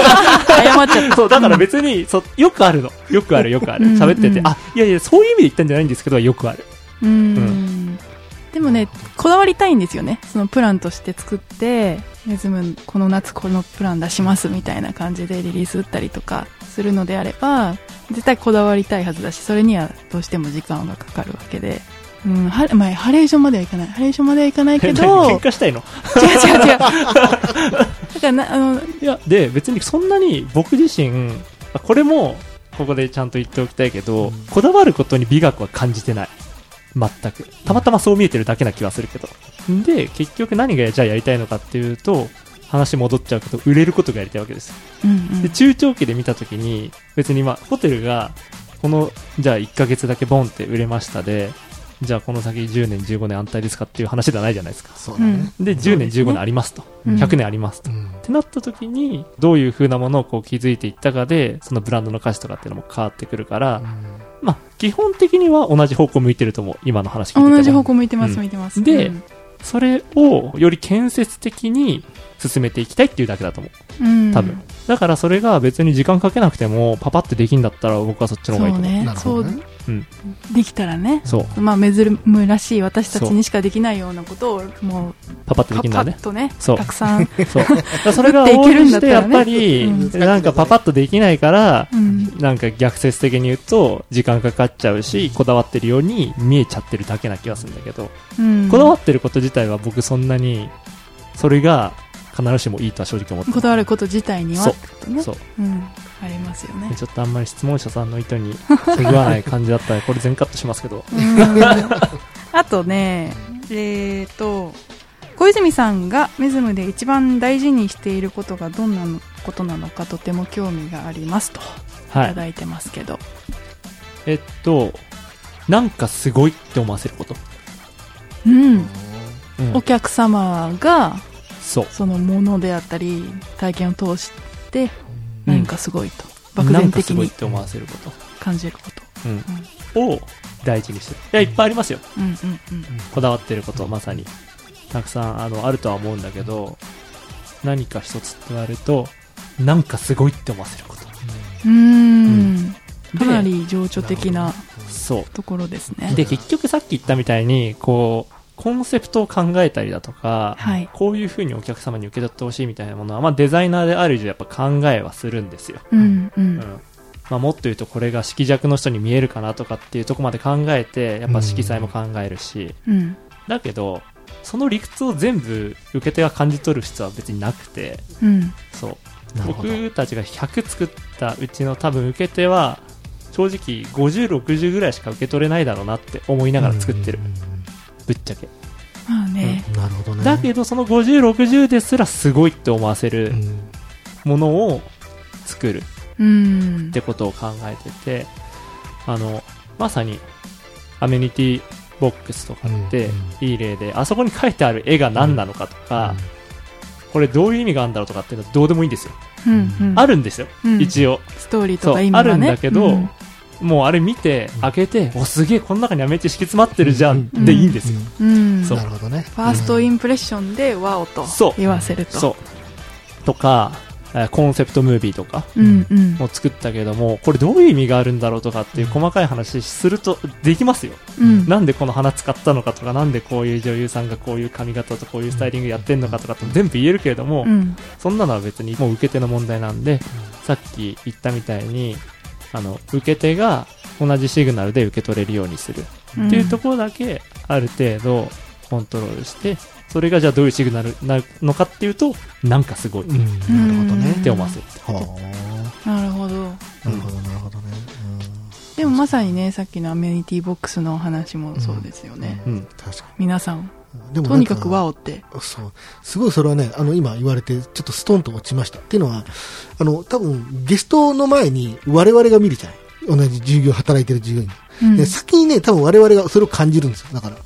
謝っちゃった。
そう、だから別に、そよくあるの。よくある、よくある
うん。
喋って
う
て、
ん
あ、いやいや、そういう意味で言ったんじゃないんですけど、よくある。
うん
う
でもね、こだわりたいんですよね。そのプランとして作って、メズムこの夏このプラン出しますみたいな感じでリリース打ったりとかするのであれば、絶対こだわりたいはずだし、それにはどうしても時間がかかるわけで。うん、はまあ、ハレーションまではいかない。ハレーションまではいかないけ ど、違う違
喧嘩したいの
う違う。だからな、あの、
いや、で、別にそんなに僕自身、あこれも、ここでちゃんと言っておきたいけ
う
ど、
ん
こだわることに美学は感じてない。全く。たまたまそう見えてるだけな気はするけど。で、結局何がじゃあやりたいのかっていうと、話戻っちゃうけど、売れることがやりたいわけです。
うん
で、中長期で見たときに、別にまあ、ホテルが、この、じゃあ1ヶ月だけボンって売れましたで、じゃあこの先10年15年安泰ですかっていう話ではないじゃないですか。
そうだね。
で、10年15年ありますと。
うん
100年ありますと。
うん
ってなった時にどういう風なものをこう気づいていったかでそのブランドの価値とかっていうのも変わってくるから、まあ基本的には同じ方向向いてると思う今の話聞いてても
同じ方向向いてます、
うん
向いてます。
で
うん
それをより建設的に進めていきたいっていうだけだと思う
うん、
多分、だからそれが別に時間かけなくてもパパってできんだったら僕はそっちの方がいい
そ
と
う
思う
ね
な。る
そ
ほ
う
どね、
うん
できたらね。
そう,、
まあ、メズムらしい私たち
そう
にしかできないようなことをもう
パパっ
パ
てで
パ
きんだね
ッとね
そう
たくさん、
そうだからそれが
打ってい
応
ける
援
んだった
して
ら
や
ね
っぱり
うん
なんかパパッとできないから
うん、
なんか逆説的に言うと時間かかっちゃうしこだわってるように見えちゃってるだけな気がするんだけど、
うん
こだわってること自体は僕そんなにそれが必ずしもいいとは正直思ってない
こだわること自体には
そう
ってことね
そう
うん、ありますよね
ちょっとあんまり質問者さんの意図に そぐわない感じだったらこれ全カットしますけど
うん あとねえっ、と小泉さんがメズムで一番大事にしていることがどんなことなのかとても興味がありますとい
は
た
い
だいてますけど、
えっとなんかすごいって思わせること、
うん、
うん
お客様が
そう
そのものであったり体験を通して
うん
何かすごいと、漠
なん
然
か
的
すごい
に
って思わせること、
感じること
うんを大事にしてるいやいっぱいありますよ
うんうんうん
こだわってることはまさにたくさんあのあるとは思うんだけど何か一つって言われるとなんかすごいって思わせること
うーん、
ん
かなり情緒的な
そ
ところです
う
ね。
で結局さっき言ったみたいにこうコンセプトを考えたりだとか、
はい
こういうふうにお客様に受け取ってほしいみたいなものは、まあ、デザイナーである以上やっぱ考えはするんですよ、
うんう
うん
ん
まあ、もっと言うとこれが色弱の人に見えるかなとかっていうとこまで考えてやっぱ色彩も考えるし、
うん
だけどその理屈を全部受け手が感じ取る必要は別になくて、
うん
そう
なるほど
僕たちが100作ったうちの多分受け手は正直5060ぐらいしか受け取れないだろうなって思いながら作ってる、
うん
ぶっちゃけ
まあね、
なるほどね。
だけどその5060ですらすごいって思わせる
うん
ものを作るっ
うん、
てことを考えててあのまさにアメニティボックスとかっていい例であそこに書いてある絵が何なのかとか、これどういう意味があるんだろうとかっていうのはどうでもいいんですよ、
うんうん、
あるんですよ、
うん
一応
ストーリー
そ
と
う
か意味
あ
がね
るんだけど、
うん
もうあれ見て
うん
開けて、おすげえこの中にアメチ敷き詰まってるじゃん、
うん
でいいんです
う
よ、
ん
うん
そう
なるほどね。
ファーストイ
ン
ンプレッションでワオと
そう
言わせると。
そうとかえーコンセプトムービーとか
うんうん
も作ったけどもこれどういう意味があるんだろうとかっていう細かい話するとできますよ、
うん
なんでこの花使ったのかとかなんでこういう女優さんがこういう髪型とこういうスタイリングやってんのかとかって全部言えるけれども、
うん
そんなのは別にもう受け手の問題なんで、さっき言ったみたいにあの受け手が同じシグナルで受け取れるようにする
うん
っていうところだけある程度コントロールしてそれがじゃあどういうシグナルなのかっていうとなんかすごいっ
なるほどね。
て思わせる、
は
なるほど
あ。なるほど、なるほどね。
でもまさにねさっきのアメニティボックスのお話もそうですよね、
う
うんん。確か
皆さん
に。でも
とにかくワ
は
オって
そう。すごいそれはね、あの、今言われて、ちょっとストンと落ちました。っていうのは、あの、多分、ゲストの前に我々が見るじゃない。同じ従業、働いてる従業員。
うん
で、先にね、多分我々がそれを感じるんですよ。だから、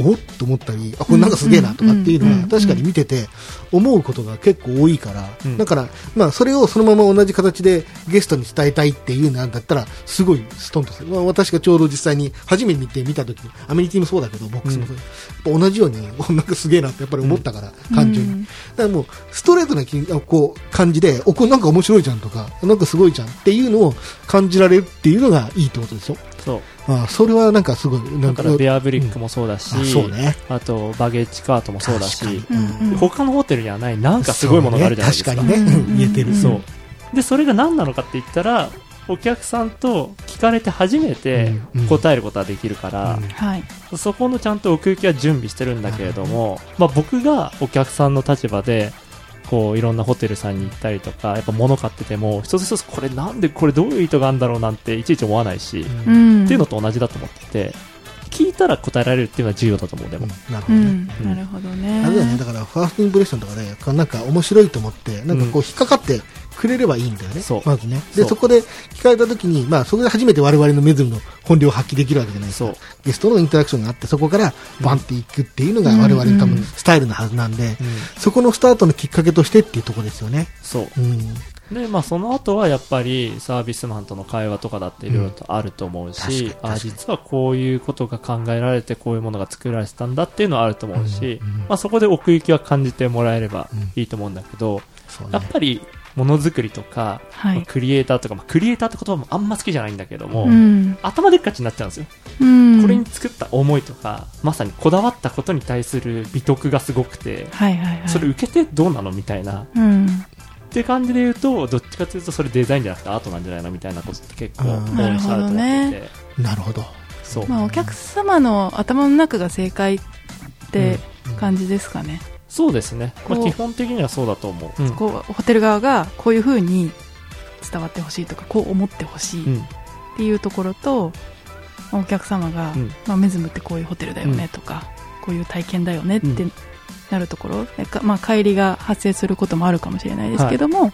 おっと思ったりあこれなんかすげえなとかっていうの
うんうんうん
は確かに見てて思うことが結構多いから、
うん
だから、まあ、それをそのまま同じ形でゲストに伝えたいっていうなんだったらすごいストンとする、まあ、私がちょうど実際に初めて見て見た時にアメニティもそうだけどボックスもそう、やっぱ同じようにお なんかすげえなってやっぱり思ったから、単純に。
うん
だからもうストレートなきあこう感じでおこれなんか面白いじゃんとかなんかすごいじゃんっていうのを感じられるっていうのがいいってことでしょ
そう
あそれはなんかすごいな
だ
ん
か
から
ベアブリックもそうだし、
あそうね
あとバゲッジカートもそうだし
確、
うんうん
他のホテルにはないなんかすごいものがあるじゃないですか。
そうね確かにね、
うん
言えてる
に
そうでそれが何なのかって言ったらお客さんと聞かれて初めて
うん
答えることができるから、
はい
そこのちゃんと奥行きは準備してるんだけれども、まあ、僕がお客さんの立場でこういろんなホテルさんに行ったりとかやっぱ物買ってても一つ一つこれなんでこれどういう意図があるんだろうなんていちいち思わないし、っ
うん
ん
ていうのと同じだと思ってて聞いたら答えられるっていうのは重要だと思うでも、
なるほ
う
どね、
んなるほどね
あれだよねだからファーストインプレッションとかで、なんか面白いと思ってなんかこう引っかかってくれればいいんだよね、
そう
まずねで
そう
そこで聞かれた時にまあそこで初めて我々のメズムの本領を発揮できるわけじゃないですか
そう
ゲストのインタラクションがあってそこからバンっていくっていうのが我々多分スタイルのはずなんで、そこのスタートのきっかけとしてっていうところですよね。
そう
うん、
で、まあ、その後はやっぱりサービスマンとの会話とかだっていろいろとあると思う
うん
し
確、かに
あ
確かに
実はこういうことが考えられてこういうものが作られてたんだっていうのはあると思うし、
うんうん
まあ、そこで奥行きは感じてもらえれば
うん
いいと思うんだけど、
そう
や
ね
っ。ぱりものづくりとか、
は
まあ
い
クリエイターとか、まあ、クリエイターって言葉もあんま好きじゃないんだけども、
うん
頭でっかちになっちゃうんですよ、
うん
これに作った思いとかまさにこだわったことに対する美徳がすごくて、
はいはいはい
それ受けてどうなのみたいな
うん
って感じで言うとどっちかというとそれデザインじゃなくてアートなんじゃないのみたいなことって結構
あー
多いしあると思ってて
なるほど。
そう、
まあお客様の頭の中が正解って感
じ。
じですかね
そうですね、まあ、
こう
基本的にはそうだと思う、うん
こうホテル側がこういう風に伝わってほしいとかこう思ってほし
う
いっ
ん
ていうところと、まあお客様が、
うん
まあ、メズムってこういうホテルだよねとか、こういう体験だよねって
うん
なるところ、でかまあ、帰りが発生することもあるかもしれないですけども、ま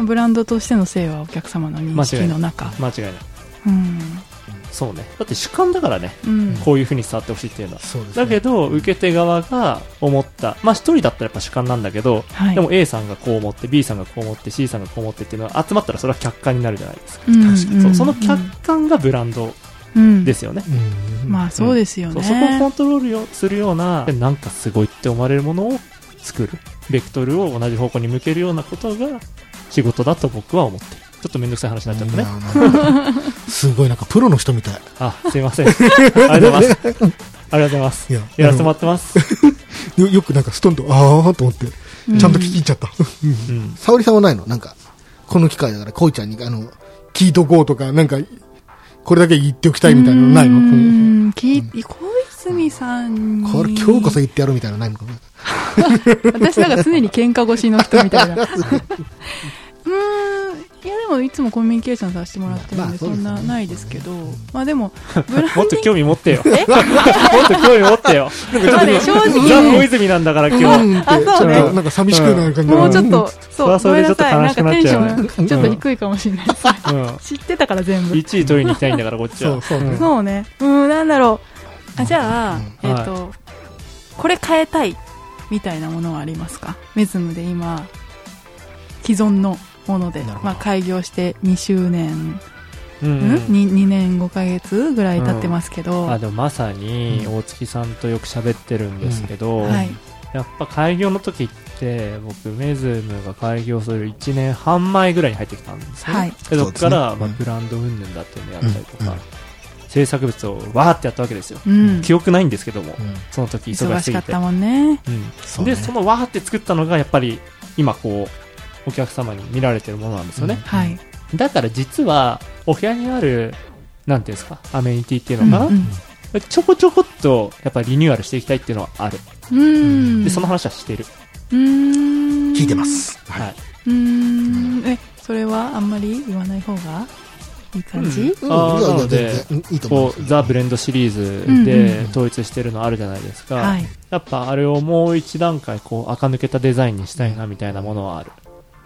あブランドとしての性はお客様の認識の中
間違いない
うん、
そうねだって主観だからね
うん
こういうふうに伝わってほしいっていうのは
そうです、ね。
だけど受け手側が思ったまあ一人だったらやっぱ主観なんだけど
はい
でも A さんがこう思って B さんがこう思って C さんがこう思ってっていうのは集まったらそれは客観になるじゃないですか、
うん
確かに
そうその客観がブランド
うん
ですよね、
うん、
まあそうですよね、
そうそこをコントロールよするようななんかすごいって思われるものを作るベクトルを同じ方向に向けるようなことが仕事だと僕は思ってるちょっと面倒くさい話になっちゃ
ね。
ったね、
すごいなんかプロの人みたい。
あすいません ありがとうございますありがとうございます
いや
やらせてもらってます、
よよくなんかストンと、ああと思って、
うん
ちゃんと聞き入っちゃった。
うん、
沙織さんはないのなんか、この機会だから、こいちゃんに、あの、聞いとこうとか、なんか、これだけ言っておきたいみたいなのないの
う
うん
んき小泉さんに
これ今日こそ言ってやるみたいなのないのかな
私なんか常に喧嘩腰の人みたいなうーんいやでもいつもコミュニケーションさせてもらってるんで,、
まあまあ
そ
そうです
ん
ね
なないですけど、まあでもブランデ
もっ
ィ
と
ング
興味持ってよもっと興味持ってよ
まあね正
ザ・小
直
泉なんだから今日は、
うんって、
あ
ちょっ
そ
と
うね
なんか寂しくなる感じ
もうちょっと、
それ
そう
はそ
ごめ
れ
ん
で
なさいなんかテンシ
ちょっと悲しくなっ
ョンちょっと低いかもしれないです、
うん
知ってたから全部
1位取りに行きたいんだからこっちは
そうそうね
そうねうんなんだろうあじゃあ、
うん
えっ、と、これ変えたいみたいなものはありますかメズムで今既存のもので
なる、ほど
まあ、開業して2周年
う
う
ん
ん 2, 2年5ヶ月ぐらい経ってますけど、
あでもまさに大月さんとよく喋ってるんですけど、
はい、
やっぱ開業の時って僕メズムが開業する1年半前ぐらいに入ってきたんですね、
はい
でそこか
そ
ら、
うですねう
まあ、
ん
ブランド云々だっていうのやったりとか、
うんうん
制作物をわーってやったわけですよ、
うん、
記憶ないんですけども、
うん
その時忙
忙
し
し
すぎ
か
て
ったもんね
うん
そう
で
ね
そのわーって作ったのがやっぱり今こうお客様に見られてるものなんですよね、
はい
だから実はお部屋にあるなんていうんですかアメニティっていうのか
う
な、
ん
ちょこちょこっとやっぱりリニューアルしていきたいっていうのはある、
うん
でその話はしてる、
うん
聞いてます。
はい
うんえそれはあんまり言わない方がいい感じ、
うん
あー
いやいや
なので
全然いいと思い
こ
ます
うザ・ブレンドシリーズで統一してるのあるじゃないですか、
はい
やっぱあれをもう一段階こう垢抜けたデザインにしたいなみたいなものはある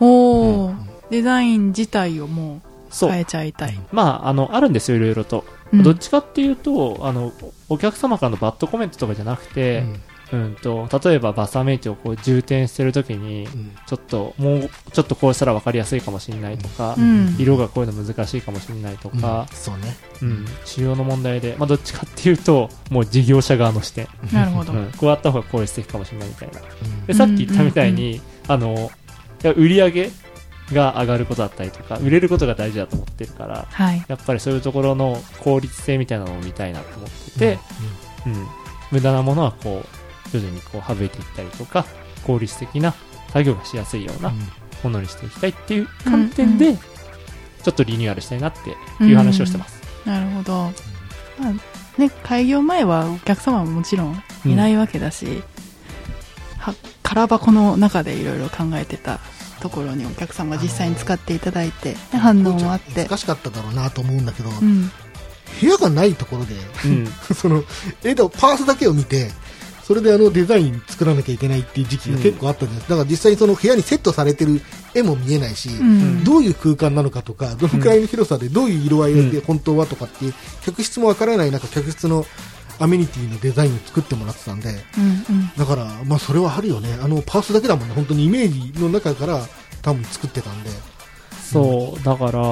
おお、
うん
デザイン自体をもう
そう、
変えちゃいたい
まああのあるんですよいろいろと
うん
どっちかっていうとあのお客様からのバッドコメントとかじゃなく
う
て、
ん
うんと例えばバサメイトをこう充填してる時に
うん
ちょっともうちょっとこうしたら分かりやすいかもしれないとか、
うん
色がこういうの難しいかもしれないとか
うん、そうね。
うん仕様の問題で、まあ、どっちかっていうともう事業者側の視点、
なるほど
う。んこうやった方が効率的かもしれないみたいな
うん
でさっき言ったみたいに、あのいや売り上げが上がることだったりとか売れることが大事だと思ってるから
はい。
やっぱりそういうところの効率性みたいなのを見たいなと思ってて、うん無駄なものはこう徐々にこう省いていったりとか効率的な作業がしやすいよう
うん
なものにしていきたいっていう観点で、
うんう
ちょっとリニューアルしたいなっていう話をしてます。
なるほど。まあね、開業前はお客様ももちろんいないわけだし、は空箱の中でいろいろ考えてたところにお客様が実際に使っていただいて、で反応もあって。
難しかっただろうなと思うんだけど、
うん。
部屋がないところで、
うん
その、絵とパースだけを見て、それであのデザイン作らなきゃいけないっていう時期が結構あったんです、だから実際その部屋にセットされてる絵も見えないし、
うん。
どういう空間なのかとか、どのくらいの広さでどういう色合いで
うん
本当はとかっていう、客室もわからない中、客室のアメニティのデザインを作ってもらってたんで、
うんうん
だから、まあそれはあるよね。あの、パースだけだもんね。本当にイメージの中から多分作ってたんで。
そう、だから、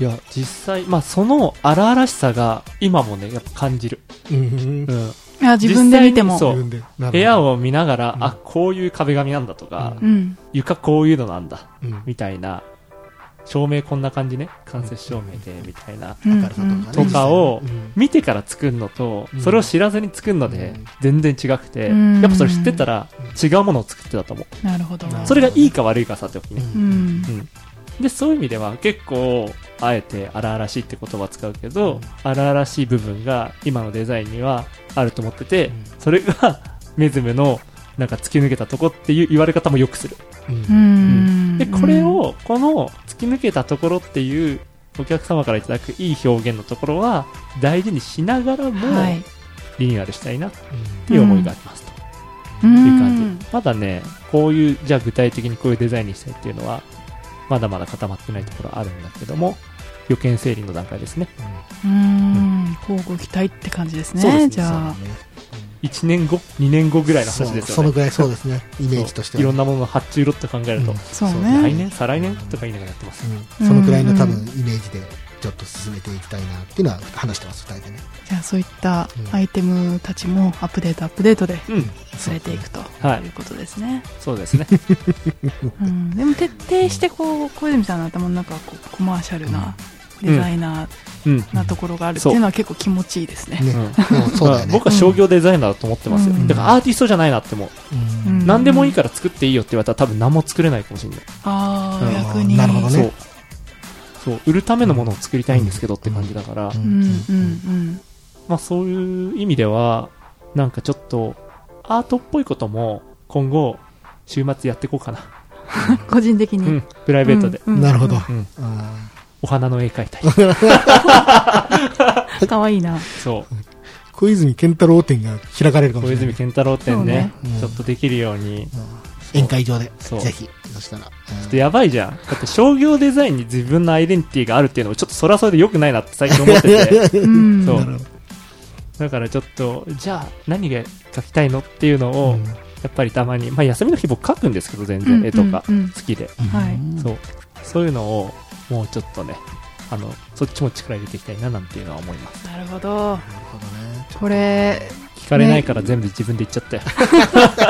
いや、実際、まあ、その荒々しさが今もね、やっぱ感じる。
うん
う。ん。
いや自分で見ても。
実際にそう
自分で。なるほど
部屋、を見ながら、
うん
あ、こういう壁紙なんだとか、
う
うん。
床こういうのなんだ、
うん、
みたいな、照明こんな感じね、間接照明で、みたいな。
うん
明るさとかね
うん
とかを
うん
見てから作るのと
うん、
それを知らずに作るので
うん、
全然違くて、
うん
やっぱそれ知ってたら、違うものを作ってたと思う。
なるほど。
なるほど
それがいいか悪いかさておきね。
う
うん
ん。
でそういう意味では結構あえて荒々しいって言葉を使うけど、
うん
荒々しい部分が今のデザインにはあると思ってて、それが メズムのなんか突き抜けたとこっていう言われ方もよくする
うん
う
うん
ん。
でこれをこの突き抜けたところっていうお客様からいただくいい表現のところは大事にしながら
うん、
も
はい。
リニューアルしたいなっていう思いがありますといううん感じ、まだねこういうじゃあ具体的にこういうデザインにしたいっていうのはまだまだ固まってないところはあるんだけども予見整理の段階ですね
うん。交互期待って感じです
そうです
ね、
ね
じゃあ。
1年後2年後ぐらいの話ですよね
そうそのぐらいそうですね。イメージとして
そういろ
は。
んなものの発注ロット考えると、
うん
そうね
うん
来年再来年とか言いながらやってます、
うんそのくらいの多分
う
イメージでちょっと進めていきたいなっていうのは話してます、二人でね。
じゃあそういったアイテムたちもアップデートアップデートで
うん
連れていくと
はい
いうことですね。
そうですね
うん、でも徹底してこう小泉さんの頭の中はこうコマーシャルなデザイナ
うん、
ーなところがあるっていうのは結構気持ちいいですね。
ね。
うん
でもそうだよ
まあ
ね。
僕は商業デザイナーだと思ってますよ、
うん
だからアーティストじゃないなっても、
う
う
んん
何でもいいから作っていいよって言われたら多分何も作れないかもしれない
ああ、
うん
逆に。
なるほどね
そうそう売るためのものを作りたいんですけどって感じだから、
うんうん
まあ、そういう意味ではなんかちょっとアートっぽいことも今後週末やっていこうかな、
うん。個人的に。
うん、プライベートで、
うん
なる ほど。。
うん、
あ
お花の絵描いたり
かわいい な。
そう
ー小泉健太郎展が開かれるかもし
小
れない
泉。健太郎展ね
そうね
ちょっとできるように、ちょ
うん宴会場で、
そう
ぜひ。そしたら。うん
っとやばいじゃんだって商業デザインに自分のアイデンティティがあるっていうのもちょっとそらそれで良くないなって最近思って て
う
うん
ん。
そう
なるほど
だからちょっとじゃあ何が描きたいのっていうの
う
を、
ん
やっぱりたまにまあ休みの日僕描くんですけど全然絵とか
うんうんうん
好きで
はい
そう。そういうのを、もうちょっとね、あの、そっちも力入れていきたいななんていうのは思います。
なるほど。
なるほどね。
これ、
聞かれないから全部自分で言っちゃったよ。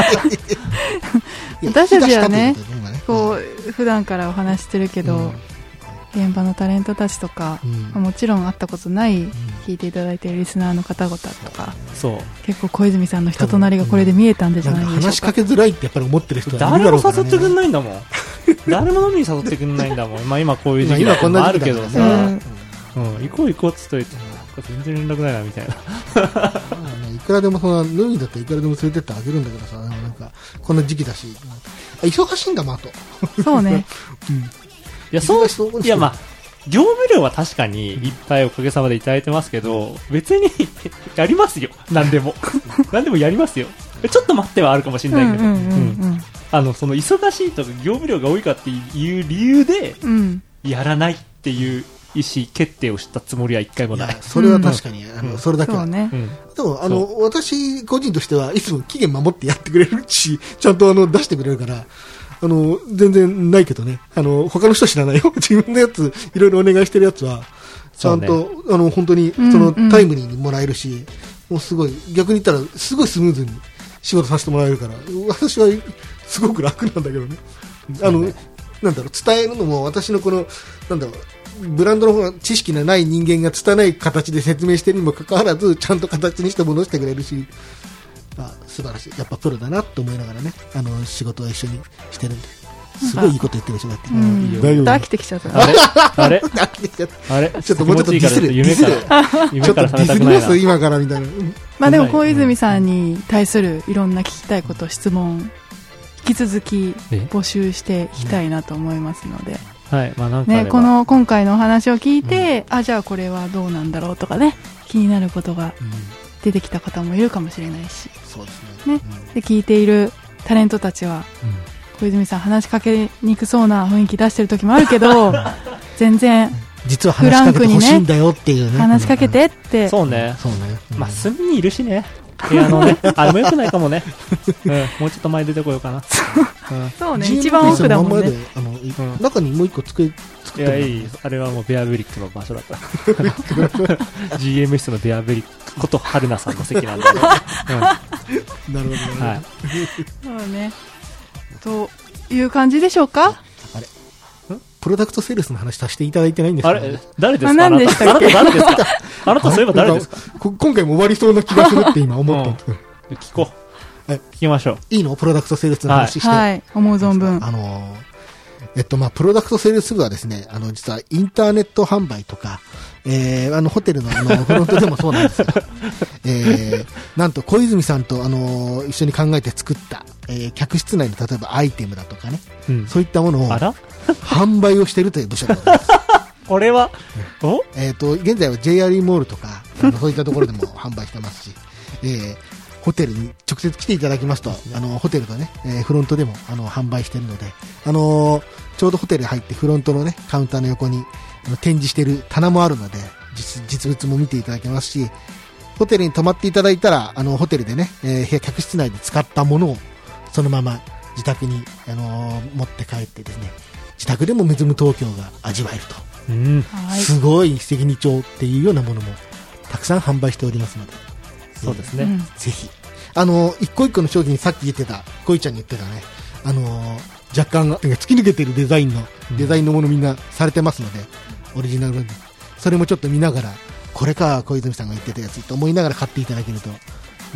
いや
私たちはね
引き出したということで今
こう、普段からお話ししてるけど、現場のタレントたちとか、
うん
まあもちろん会ったことない、聞いていただいているリスナーの方々とか、
そう。
結構小泉さんの人となりがこれで見えたんじゃ
なん
な
か
いで
話
し
し
ょう
か
か。
けづらいってやっぱり思ってる人はいる
誰
だろ
も
うから、ね、
誘ってくんないんだもん。 誰も飲みに誘ってくんないんだもん。まあ今こういう時期
今
だ
こん
も
な
あ
時
る
期
け
だか
ど
ら
さ、
うん
うん、行こう行こうっつっといて、なんか全然連絡ないなみたいな。
まあねいくらでもその脱いだっていくらでも連れてってあげるんだけどさでもなんかこんな時期だしあ忙しいんだもんあと、
そうね。
いや、そう
忙しそう
いやまあ、業務量は確かにいっぱいおかげさまでいただいてますけど、別に やりますよ。何でも。何でもやりますよ。ちょっと待ってはあるかもしれ
う
ない
ん
け
う
ど。
んう
うん
ん
あの、その忙しいとか業務量が多いかっていう理由で
うん。
やらないっていう意思決定をしたつもりは一回も
い
ない
や。それは確かに、あ
う
の
ん
それだけ
そ
は
うね
う。ん
でも、あの、私個人としてはいつも期限守ってやってくれるし、ちゃんとあの出してくれるから、あの、全然ないけどね。あの、他の人知らないよ。 自分のやつ、いろいろお願いしてるやつは、ちゃん
そ
と、あの、本当に、そ
うん
の
うん
タイムリーにもらえるし、もうすごい、逆に言ったら、すごいスムーズに仕事させてもらえるから、私は、すごく楽なんだけどね。あの、
そうね
なんだろう、伝えるのも私のこの、なんだろう、ブランドの方が知識のない人間が拙い形で説明してるにもかかわらず、ちゃんと形にしたものをしてくれるし、まあ、素晴らしい。やっぱプロだなと思いながらね、あの、仕事を一緒にしてるんで、すごいいいこと言ってるでしょ、だって。
うん
いいよ
ちょっと
だ
飽
っ
きてきちゃったな。
あれあれ
て飽きてきちゃった
あれ
ちょっともうちょっと
気持ちいいから
ディ
夢
ス
か
る
ら、
ちょ
夢
っと
か
デ
ら覚
ィ
めた
スり
くない
ま
な
す、。今からみたいな。うん
まあでも
うまい
小泉さんに対するいろんな聞きたいこと質問引き続き
え
募集していきたいなと思いますので、
はい、まあなんかあれ
ね、
ば
この今回のお話を聞いて、あじゃあこれはどうなんだろうとかね気になることが出てきた方もいるかもしれないし
そうです
ね
ね。
で聞いているタレントたちは
うん
小泉さん話しかけにくそうな雰囲気出してる時もあるけ ど全然
実は話しかけてほしいんだよっていうね。
話しかけてって、
そうね。
そうね。うん
まあ、隅にいるしね。部 屋のね。あ、でもよくないかもね。うん。もうちょっと前出てこようかな。
そうね
自由
一番奥だもん
に
ね
そのまんまであの、
うん
中にもう一個作作
い
っても
や、
らう
いい。あれはもうベアブリックの場所だから。GM 室のベアブリックこと春菜さんの席な んだけど。
なるほど、
うん
ね
はい。
そうねという感じでしょうか
プロダクトセールスの話させていただいてないんです
あ
けど
れ誰です
あ
かあ
何
な
でした
た
っ
あな
け
た誰ですか あなたそういえば誰ですか
なんこ今回も終わりそうな気がするって今思ったんですけど、
聞こう。
はい
聞きましょう。
いいのプロダクトセールスの話して、
はい思う存分
あのえっと、まあ、プロダクトセールス部はですね、あの、実はインターネット販売とか、えー、あの、ホテルのあ のフロントでもそうなんですけど、えー、なんと小泉さんと、あの一緒に考えて作った、えー、客室内の例えばアイテムだとかね、
うん。
そういったものを
あら
販売をしているという部署でございます。
これは、お
えっと、現在は JRE モールとか、あ のそういったところでも販売してますし、えーホテルに直接来ていただきますと、あの、ホテルとね、えーフロントでも、あの、販売してるので、あのーちょうどホテル入ってフロントのね、カウンターの横に、あの展示してる棚もあるので、実、実物も見ていただけますし、ホテルに泊まっていただいたら、あの、ホテルでね、えー部屋、客室内で使ったものを、そのまま自宅に、あのー持って帰ってですね、自宅でもメズム東京が味わえると。
うん。
はい
すごい関二帳っていうようなものもたくさん販売しておりますので、
そうです
う
ね。
ん
ぜひ。あの、一個一個の商品さっき言ってた、こいちゃんに言ってたね、あの、若干、突き抜けてるデザインの、
うん
デザインのものみんなされてますので、オリジナルの。それもちょっと見ながら、これか、小泉さんが言ってたやつと思いながら買っていただけると、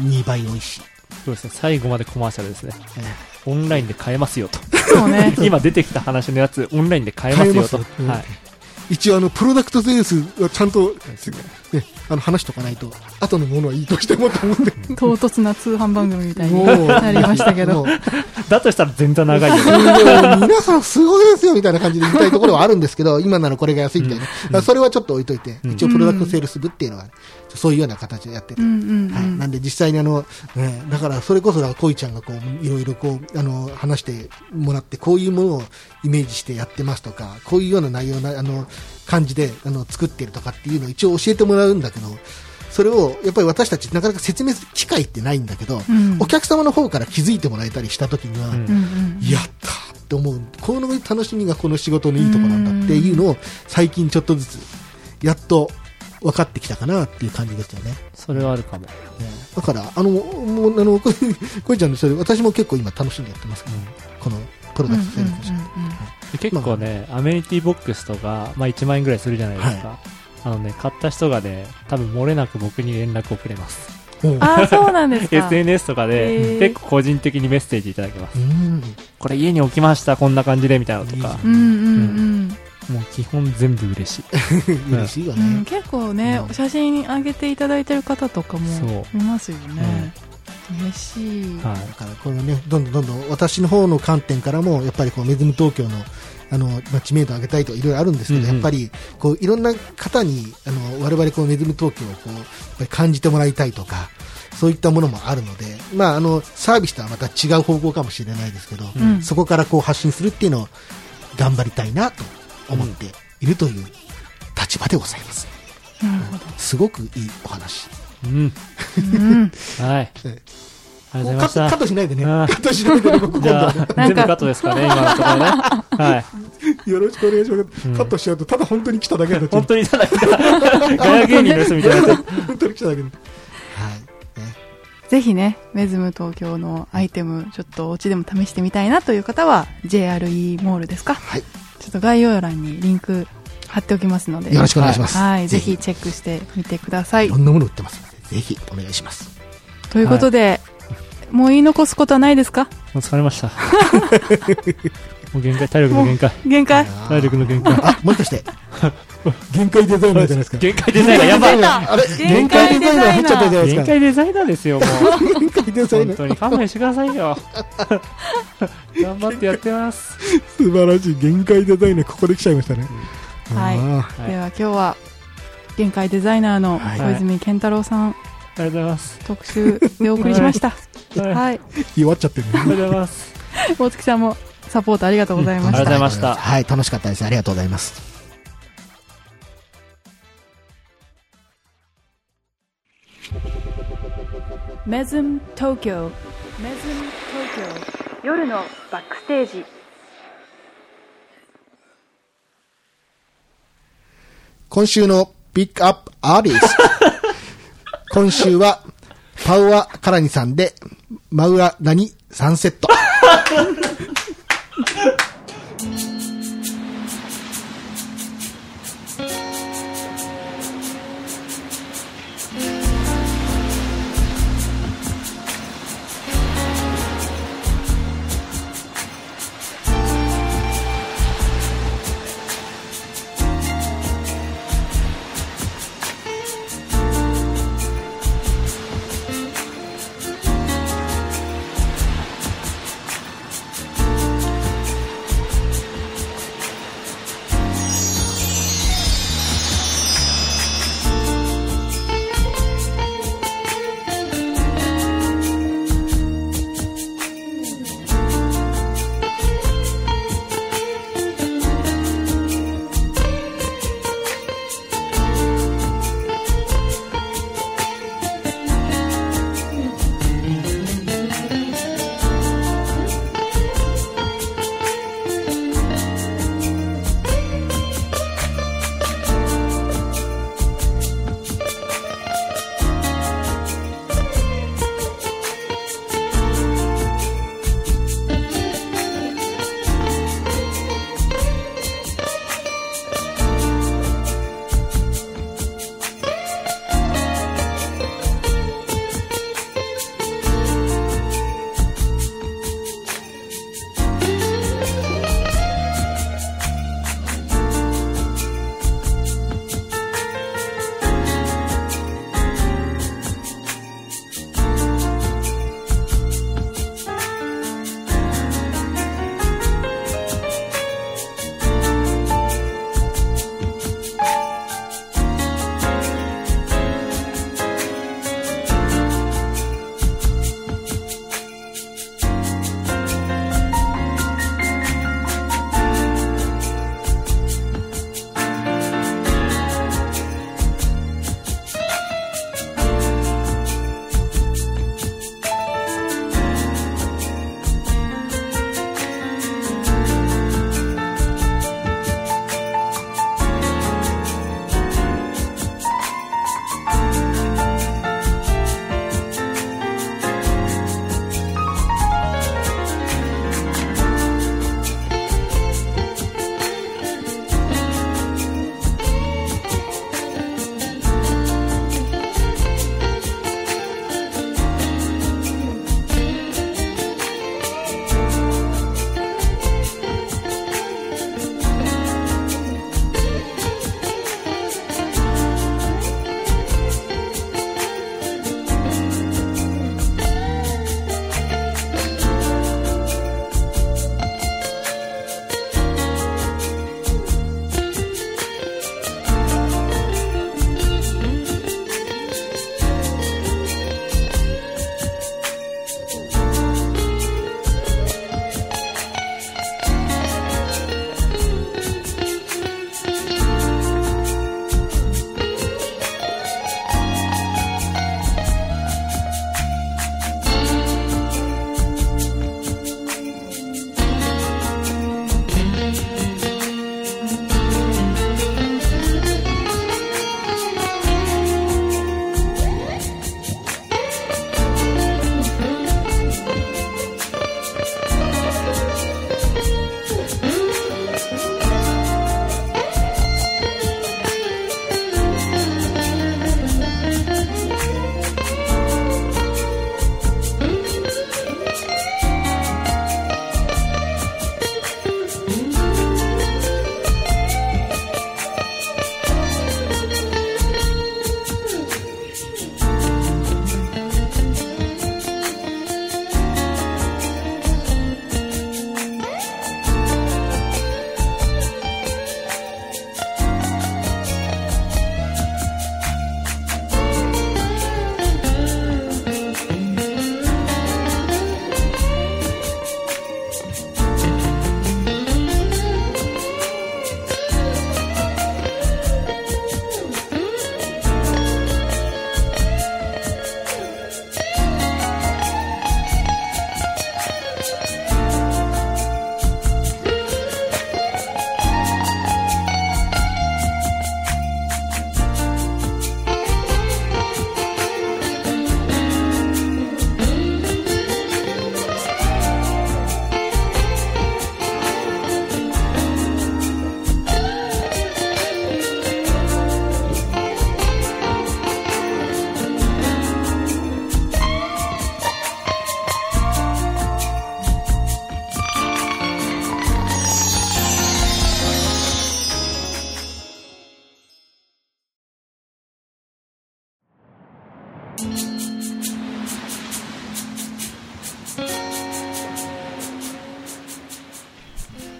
2倍美味しい。
そうですね。最後までコマーシャルですね。
えー
オンラインで買えますよと。
そうね
今出てきた話のやつ、オンラインで買えますよと。
買えますよ
はい。
一応あのプロダクトセールスはちゃんと、ね、あの話しとかないと後のものはいいとしてもと思って
唐突な通販番組みたいに
もう
なりましたけど
もう
だとしたら全然長いよね。
皆さんすごいですよみたいな感じで言いたいところはあるんですけど、 今ならこれが安いみたいな。だからそれはちょっと置いといて、
うん
一応プロダクトセールス部っていうのは、そういうような形でやってて。
うんうんうん
はい、なんで実際にあの、ね、だからそれこそだから恋ちゃんがこういろいろこうあの話してもらってこういうものをイメージしてやってますとかこういうような内容なあの感じであの作ってるとかっていうのを一応教えてもらうんだけどそれをやっぱり私たちなかなか説明する機会ってないんだけど、
うん
お客様の方から気づいてもらえたりした時には、
うん
うんうん
やったーって思う、この楽しみがこの仕事のいいとこなんだっていうのを、最近ちょっとずつ、やっと分かってきたかなっていう感じですよね。
それはあるかも。
ねだから、あの、もう、あの、ここいちゃんの人で、私も結構今楽しんでやってますから、このプロ
うんう
ダ
ん
クトセールスの人
で結構ね、アメニティボックスとか、まあ1万円ぐらいするじゃないですか。あのね、買った人がね、多分漏れなく僕に連絡をくれます。
う
うん
んああそうなん ですか
SNS とか
へー
で、結構個人的にメッセージいただけま
う
す。
ん。
これ家に置きました、こんな感じで、みたいなのとか
う。んうん
もう基本全部嬉しい。
嬉しいよ
うんうん
ね。
結構ね
うん
写真上げていただいてる方とかも
そ
いますよね嬉しい
はい。
だから、このね、どんどんどんどん、私の方の観点からも、やっぱりこう、メズム東京の、あの、まあ、知名度を上げたいとかいろいろあるんですけど、
うんうん
やっぱり、こう、いろんな方に、あの、我々こう、メズム東京をこう、やっぱり感じてもらいたいとか、そういったものもあるので、まあ、あの、サービスとはまた違う方向かもしれないですけど、
うん
そこからこう発信するっていうのを頑張りたいなと思っているという、確立場でございます。
なるほど。
すごくいいお話。
うん。
うん。
はい。
え
あ
えカ
りがとうござい
ッ
まし
トカット
た。
しないでね。カ
ああ
ットしないでね、僕今
じ
度
ゃ
は
あ、
ね
全部
なんか
カットですかね、今のところね。 はい。
よろしくお願いします。
うん
カットしちゃうと、ただ本当に来ただけになっちゃう
本。当にただ、ガヤ芸人の人みたいになってる。
本当に来ただけに。はい。ね
ぜひね、メズム東京のアイテム、ちょっとお家でも試してみたいなという方は、JRE モールですか
はい。
ちょっと概要欄にリンク貼っておきますので。
よろしくお願いします。
はい、ぜひチェックしてみてくださ
い
い
ろ。んなもの売ってますので、ぜひお願いします。
ということで、もう言い残すことはないですか
もう疲れました。もう限界、体力の限界。
限界
体力の限界。
あ、もしかして、 限界デザイナーじゃないですか。
限界デザイナー、やばい。
あれ
限界デザイナー
限界デ入っちゃったじゃないで
限
すか。
界デザイナーですよ、もう。
限界デザイナ
本
ー。
当に勘弁してください よ。頑張ってやってます。
素晴らしい。限界デザイナー、ここで来ちゃいましたね。
はい
あ
はい
では今日は、限界デザイナーの
はい
小泉健太郎さん
ありがとうございます。
特集でお送りしました。
はいあ
はい。
ー弱っちゃってるね。
りがとうございます。
大月さんもサポートありがとうございま
あり
し
がとうご
た。
ざいました
はい、楽しかったです。ありがとうございます。
メズム東京。メズム東京。夜のバックステージ。
今週のピックアップアー ティスト。今週は、パウア・カラニさんで、マウラ・ラニ・サンセット。
「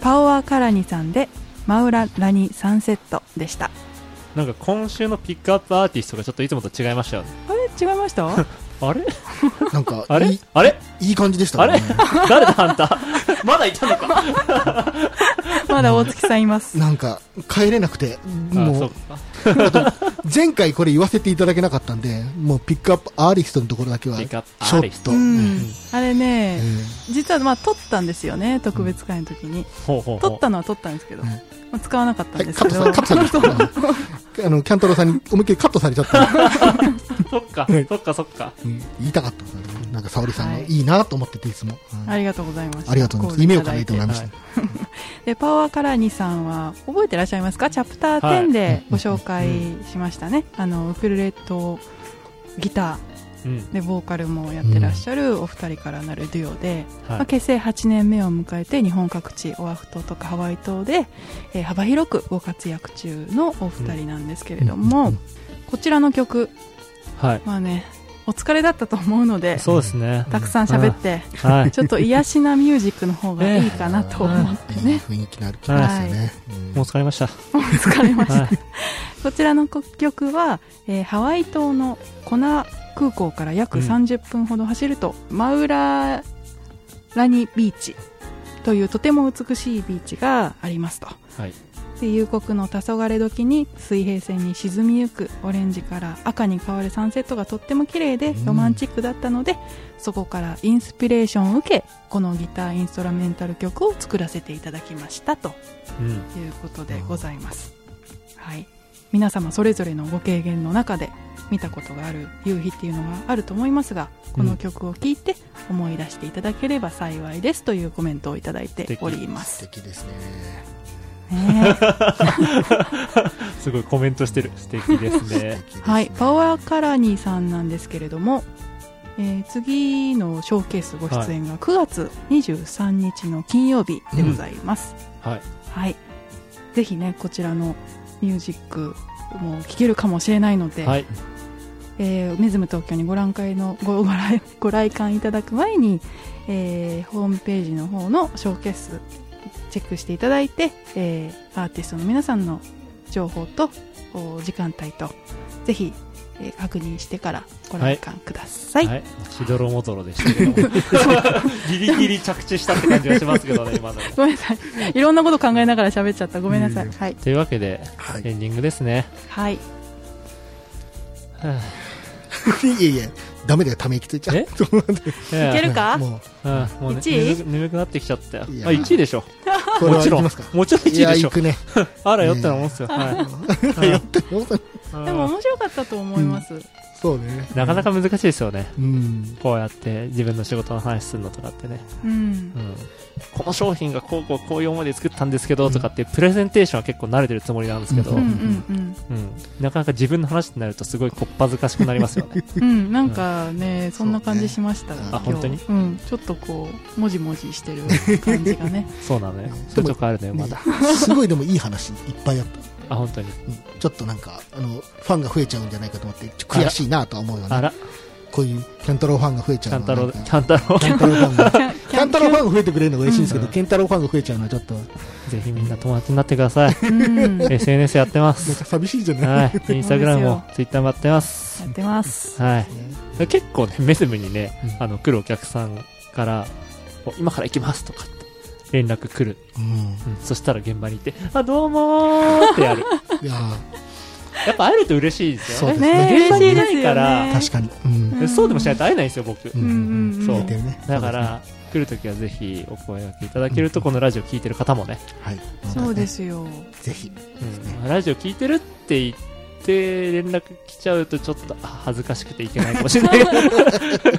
パオアカラニさんでマウラ・ラニ・サンセットでした
なんか今週のピックアップアーティストがちょっといつもと違いましたよね
あれ違いました
あれ
なんか、
あれ
いい、
あれ
いい感じでした
あ
ね。
れ誰だあんた まだいたのか
まだ大月さんいます
なんか、帰れなくて、
あそ
も
う
う、
か
前回これ言わせていただけなかったんで、もうピックアップアーティストのところだけは、
ピ
ち
ックアップア
ょ
ー
っ
ティスト
と、
うんあれ
え
ね、
ー
実はまあ撮ったんですよね特別会の時に、
ほうほうほう
撮ったのは撮ったんですけど、
うん
まあ、使わなかった
は
ん
い、
です
カ
け
ット
ど、
され、カットされました。あの、キャントローさんに思いっきりカットされちゃった。
そっかそっかそっか
うん言いたかったんだけどなんか、沙織さん
は
の
い
いいなと思ってて、いつも。うん
ありがとうございました
ありがとう
コ
ございます。
ール
夢を
ただ
叶えてもらいました。
でパワーカラニさんは覚えてらっしゃいますかチャプター
はい
10でご紹介しましたね、あのウクレレとギタ
うん
ーでボーカルもやってらっしゃるお二人からなるデュオで、ま
は
あ、
い
結成8年目を迎えて日本各地オアフ島とかハワイ島で、えー幅広くご活躍中のお二人なんですけれども、
うん
こちらの曲
はい
まあねお疲れだったと思うので
そうですね
たくさん喋って、
はい
ちょっと癒しなミュージックの方がいいかなと思って
いい
ね、
雰囲気のある気がするね。
もう疲れました
疲れました
はい
こちらの曲は、えーハワイ島のコナ空港から約
うん
30分ほど走ると、マウララニビーチというとても美しいビーチがありますと。
はい
で夕刻の黄昏時に水平線に沈みゆくオレンジから赤に変わるサンセットがとっても綺麗で
うん
ロマンチックだったので、そこからインスピレーションを受けこのギターインストラメンタル曲を作らせていただきましたと
うん
ということでございます、はい、皆様それぞれのご経験の中で見たことがある夕日っていうのがあると思いますがこの曲を聴いて思い出していただければ幸いですというコメントをいただいております、
素敵ですね。
ねえ
すごいコメントしてる素敵です ね
はい、パワーカラニーさんなんですけれども、えー次のショーケースご出演が9月23日の金曜日でございます、
はい
はい、ぜひねこちらのミュージックも聴けるかもしれないので、
はい
えーメズム東京にご覧会のごご来 ご来館いただく前に、えーホームページの方のショーケースチェックしていただいて、えーアーティストの皆さんの情報とお時間帯とぜひ、えー確認してからご来館ください、
はい、しどろもどろでしたけどもギリギリ着地したって感じがしますけどね今の
ごめんなさい いろんなこと考えながら喋っちゃったごめんなさい、
いえいえ
はい、
というわけで
はい。
エンディングですね
はい、
は
はいいえいえ、ダメだよ、ため息ついちゃう。
え
ちょっと待って
あいや
いけるか
もう、
うんもうね
一位
眠く眠くなってきちゃったよあ
いや
1位でしょ
これは
もちろ
い
ん
きま
も
すか
ち。ろん1
い
位
や、
でし
行
ょ
くね。
あらよってなもんっすよは い
やってるよ
うん
でも面白かったと思います、
そうね。
なかなか難しいですよね
うん。
こうやって自分の仕事の話するのとかってね、
うん
うん、この商品がこうこうこういう思いで作ったんですけどとかっていうプレゼンテーションは結構慣れてるつもりなんですけど、
う
うん
うんんうん
なかなか自分の話になるとすごいこっぱずかしくなりますよ ね
うん、なんかね、そんな感じしました。
そうね
今日
あ本当に
うん、ちょっとこう、もじもじしてる感じが ね。
そうなのよそういうとこあるのよまだ、
ねすごいでもいい話いっぱいあった。
あ本当に
うんちょっとなんか、あの、ファンが増えちゃうんじゃないかと思って、ちょっと悔しいなとは思うよ
あ
ね。
ら
こういうキャンタローファンが増えち
キ
ゃ
ャ
う
ン
のは
タ
な
ロ
んか
ウキャンタロ
キャンタローファンが。
キャン
キャンタローファンが増えてくれるのが嬉しいんですけど、
うん
ケンタローファンが増えちゃうのはちょっと、なん
ウ ぜひみんな友達になってください
うんや
SNS やってます
か寂しいじゃない
はいインスタグラムもツイッターもやってます
ってます。
はい
ね
で結構ね、メズムにね、
うん
あの、来るお客さんから、お今から行きますとかって、連絡来る。
うん。
うんそしたら現場にいて、あ、どうもーってや る。
いや
やっぱ会えると嬉しいですよ
そう
ね。
ですね
ね嬉しいです
現場にいないか
よ
ら
ー
ね。
確かに。うん。
でそうでもしないと会えないんですよ、僕。
う
うんんうん。
そう
似てるね
だから、来るときはぜひお声掛けいただけると、このラジオ聞いてる方もね、
はい。
そうで。すよ。
ぜひ。
うんラジオ聞いてるって言って、連絡来ちゃうとちょっと、あ恥ずかしくていけないかもし れないけ どあん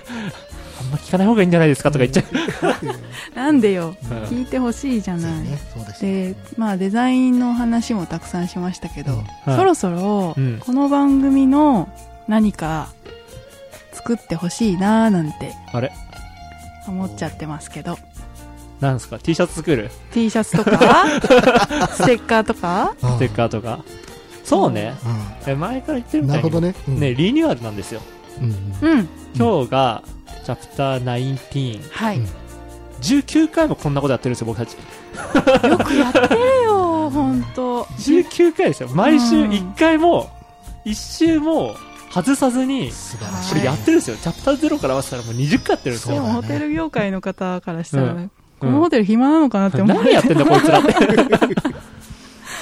ま聞かない方がいいんじゃないですかとか言っちゃう。
なんでよ。
うん
聞いてほしいじゃ
そう
ない。
ね。そうです
で
ね。、
まあデザインの話もたくさんしましたけど、
うん
はい
そろそろ
うん
この番組の何か作ってほしいなーなんて
あれ
思っちゃってますけど、
なんですか ?T シャツ作る
T シャツと かステッカーとか
あ
ステッカーとか。そうね。
ー
え前から言って
う
る
ん
み
な
た
る
いに
ほどね。うん
ねリニューアルなんですよ。
うん
うん
今日がチャプター19、
はい、
うん
19回もこんなことやってるんですよ、僕たち。
よくやってる よ本当
19回ですよ。毎週
うん
1回も、1週も外さずに、
素晴らしい、
これやってるんですよ。チャプター0から合わせたらもう20回やってるんです
で
そう
よ。
も
だね
ホテル業界の方からしたら、
う
このホテル暇なのかなって思わ
何
れ
やっててんだ、こいつらって。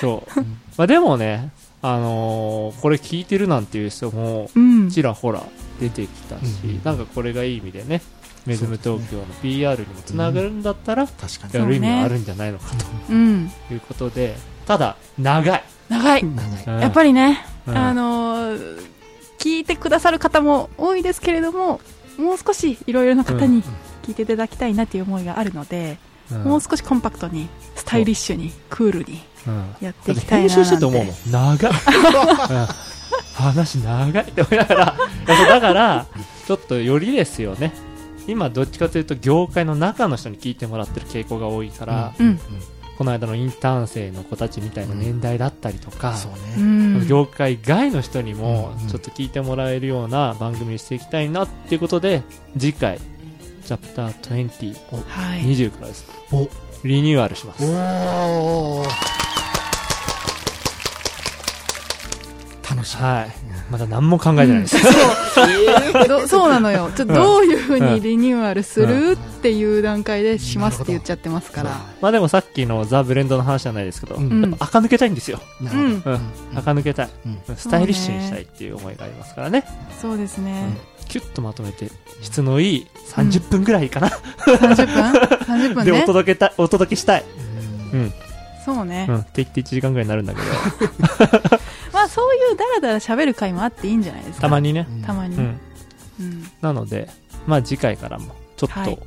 そう。まあでもね、あのーこれ聞いてるなんていう人も、
うん
ちらほら出てきたし、
うん
なんかこれがいい意味でね、メズム東京の PR にもつながるんだったら、
確かに
う
や
ん
る意味はあるんじゃないのか
うん
ということで、ただ、長い。
長い、
長い
やっぱりね、
うん
あのー聞いてくださる方も多いですけれどももう少しいろいろな方に聞いていただきたいなという思いがあるので、
うん
もう少しコンパクトにスタイリッシュにクールに
うん
やって
だ
い
って
きたい
編
ななんて
集してて思うもん 長い、うん話長いって思いながらいやそうだからちょっとよりですよね今どっちかというと業界の中の人に聞いてもらってる傾向が多いから、
うん
この間のインターン生の子たちみたいな年代だったりとか、
そう
う
ね、
ん
業界外の人にも
うん
ちょっと聞いてもらえるような番組にしていきたいなっていうことで次回チャプター20を
はい、
20からです
お
リニューアルします
おー楽しい、
はいまだ何も考えてないです、
ど そうなのよちょっとどういうふうにリニューアルす
う
るっていう段階でしますって言っちゃってますから、
まあでもさっきのザ・ブレンドの話じゃないですけど、
うん
うん
垢抜けたいんですよ、
な
う
る
ん
ほど、
うん
うん
垢抜けたい、
うん
スタイリッシュにしたいっていう思いがありますからね
そうですね、
キュッとまとめて質のいい30分ぐらいかな、
30分 ?30 分
でお
ね
届けたお届けしたい、うん
そうね、
うん、って言って1時間ぐらいになるんだけど
まあそういうダラダラ喋る回もあっていいんじゃないですか
たまにね、
たまに、
う
うん
ん、なのでまあ次回からもちょっ
はい
と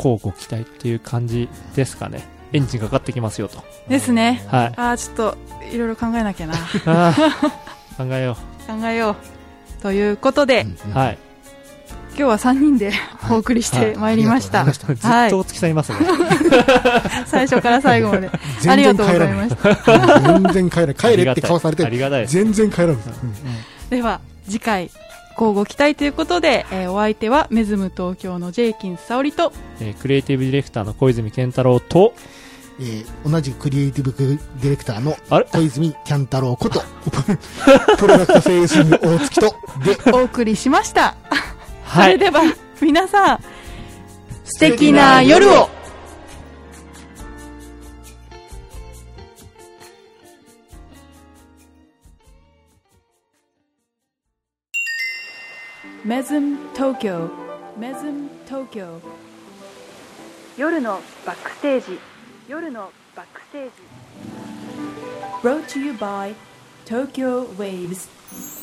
乞うご期待っていう感じですかねエンジンかかってきますよと
ですね
はい
ああちょっといろいろ考えなきゃな
あー考えよ
考えようということで、
うん
う
うん
はい
今日は3人でお送りしてまいりました、
ありがとうございま
ずっとお付き添いますね、
最初から最後まで
した
ありがとうございま
全
した
然帰らない全然帰れ帰れって顔されて
ありがたいです
全然帰らない、うん
では次回乞うご期待ということで、えーお相手はメズム東京のジェイキンス沙織と
えークリエイティブディレクターの小泉健太郎と
えー同じくクリエイティブディレクターの
あれ
小泉キャン太郎こと プロダクトセールス部大月とで
お送りしました、
は
それ
い。
で は皆さん素
敵な夜を
メズム東京メズム東京夜のバックステージ夜のバックステージ Brought to you by Tokyo Waves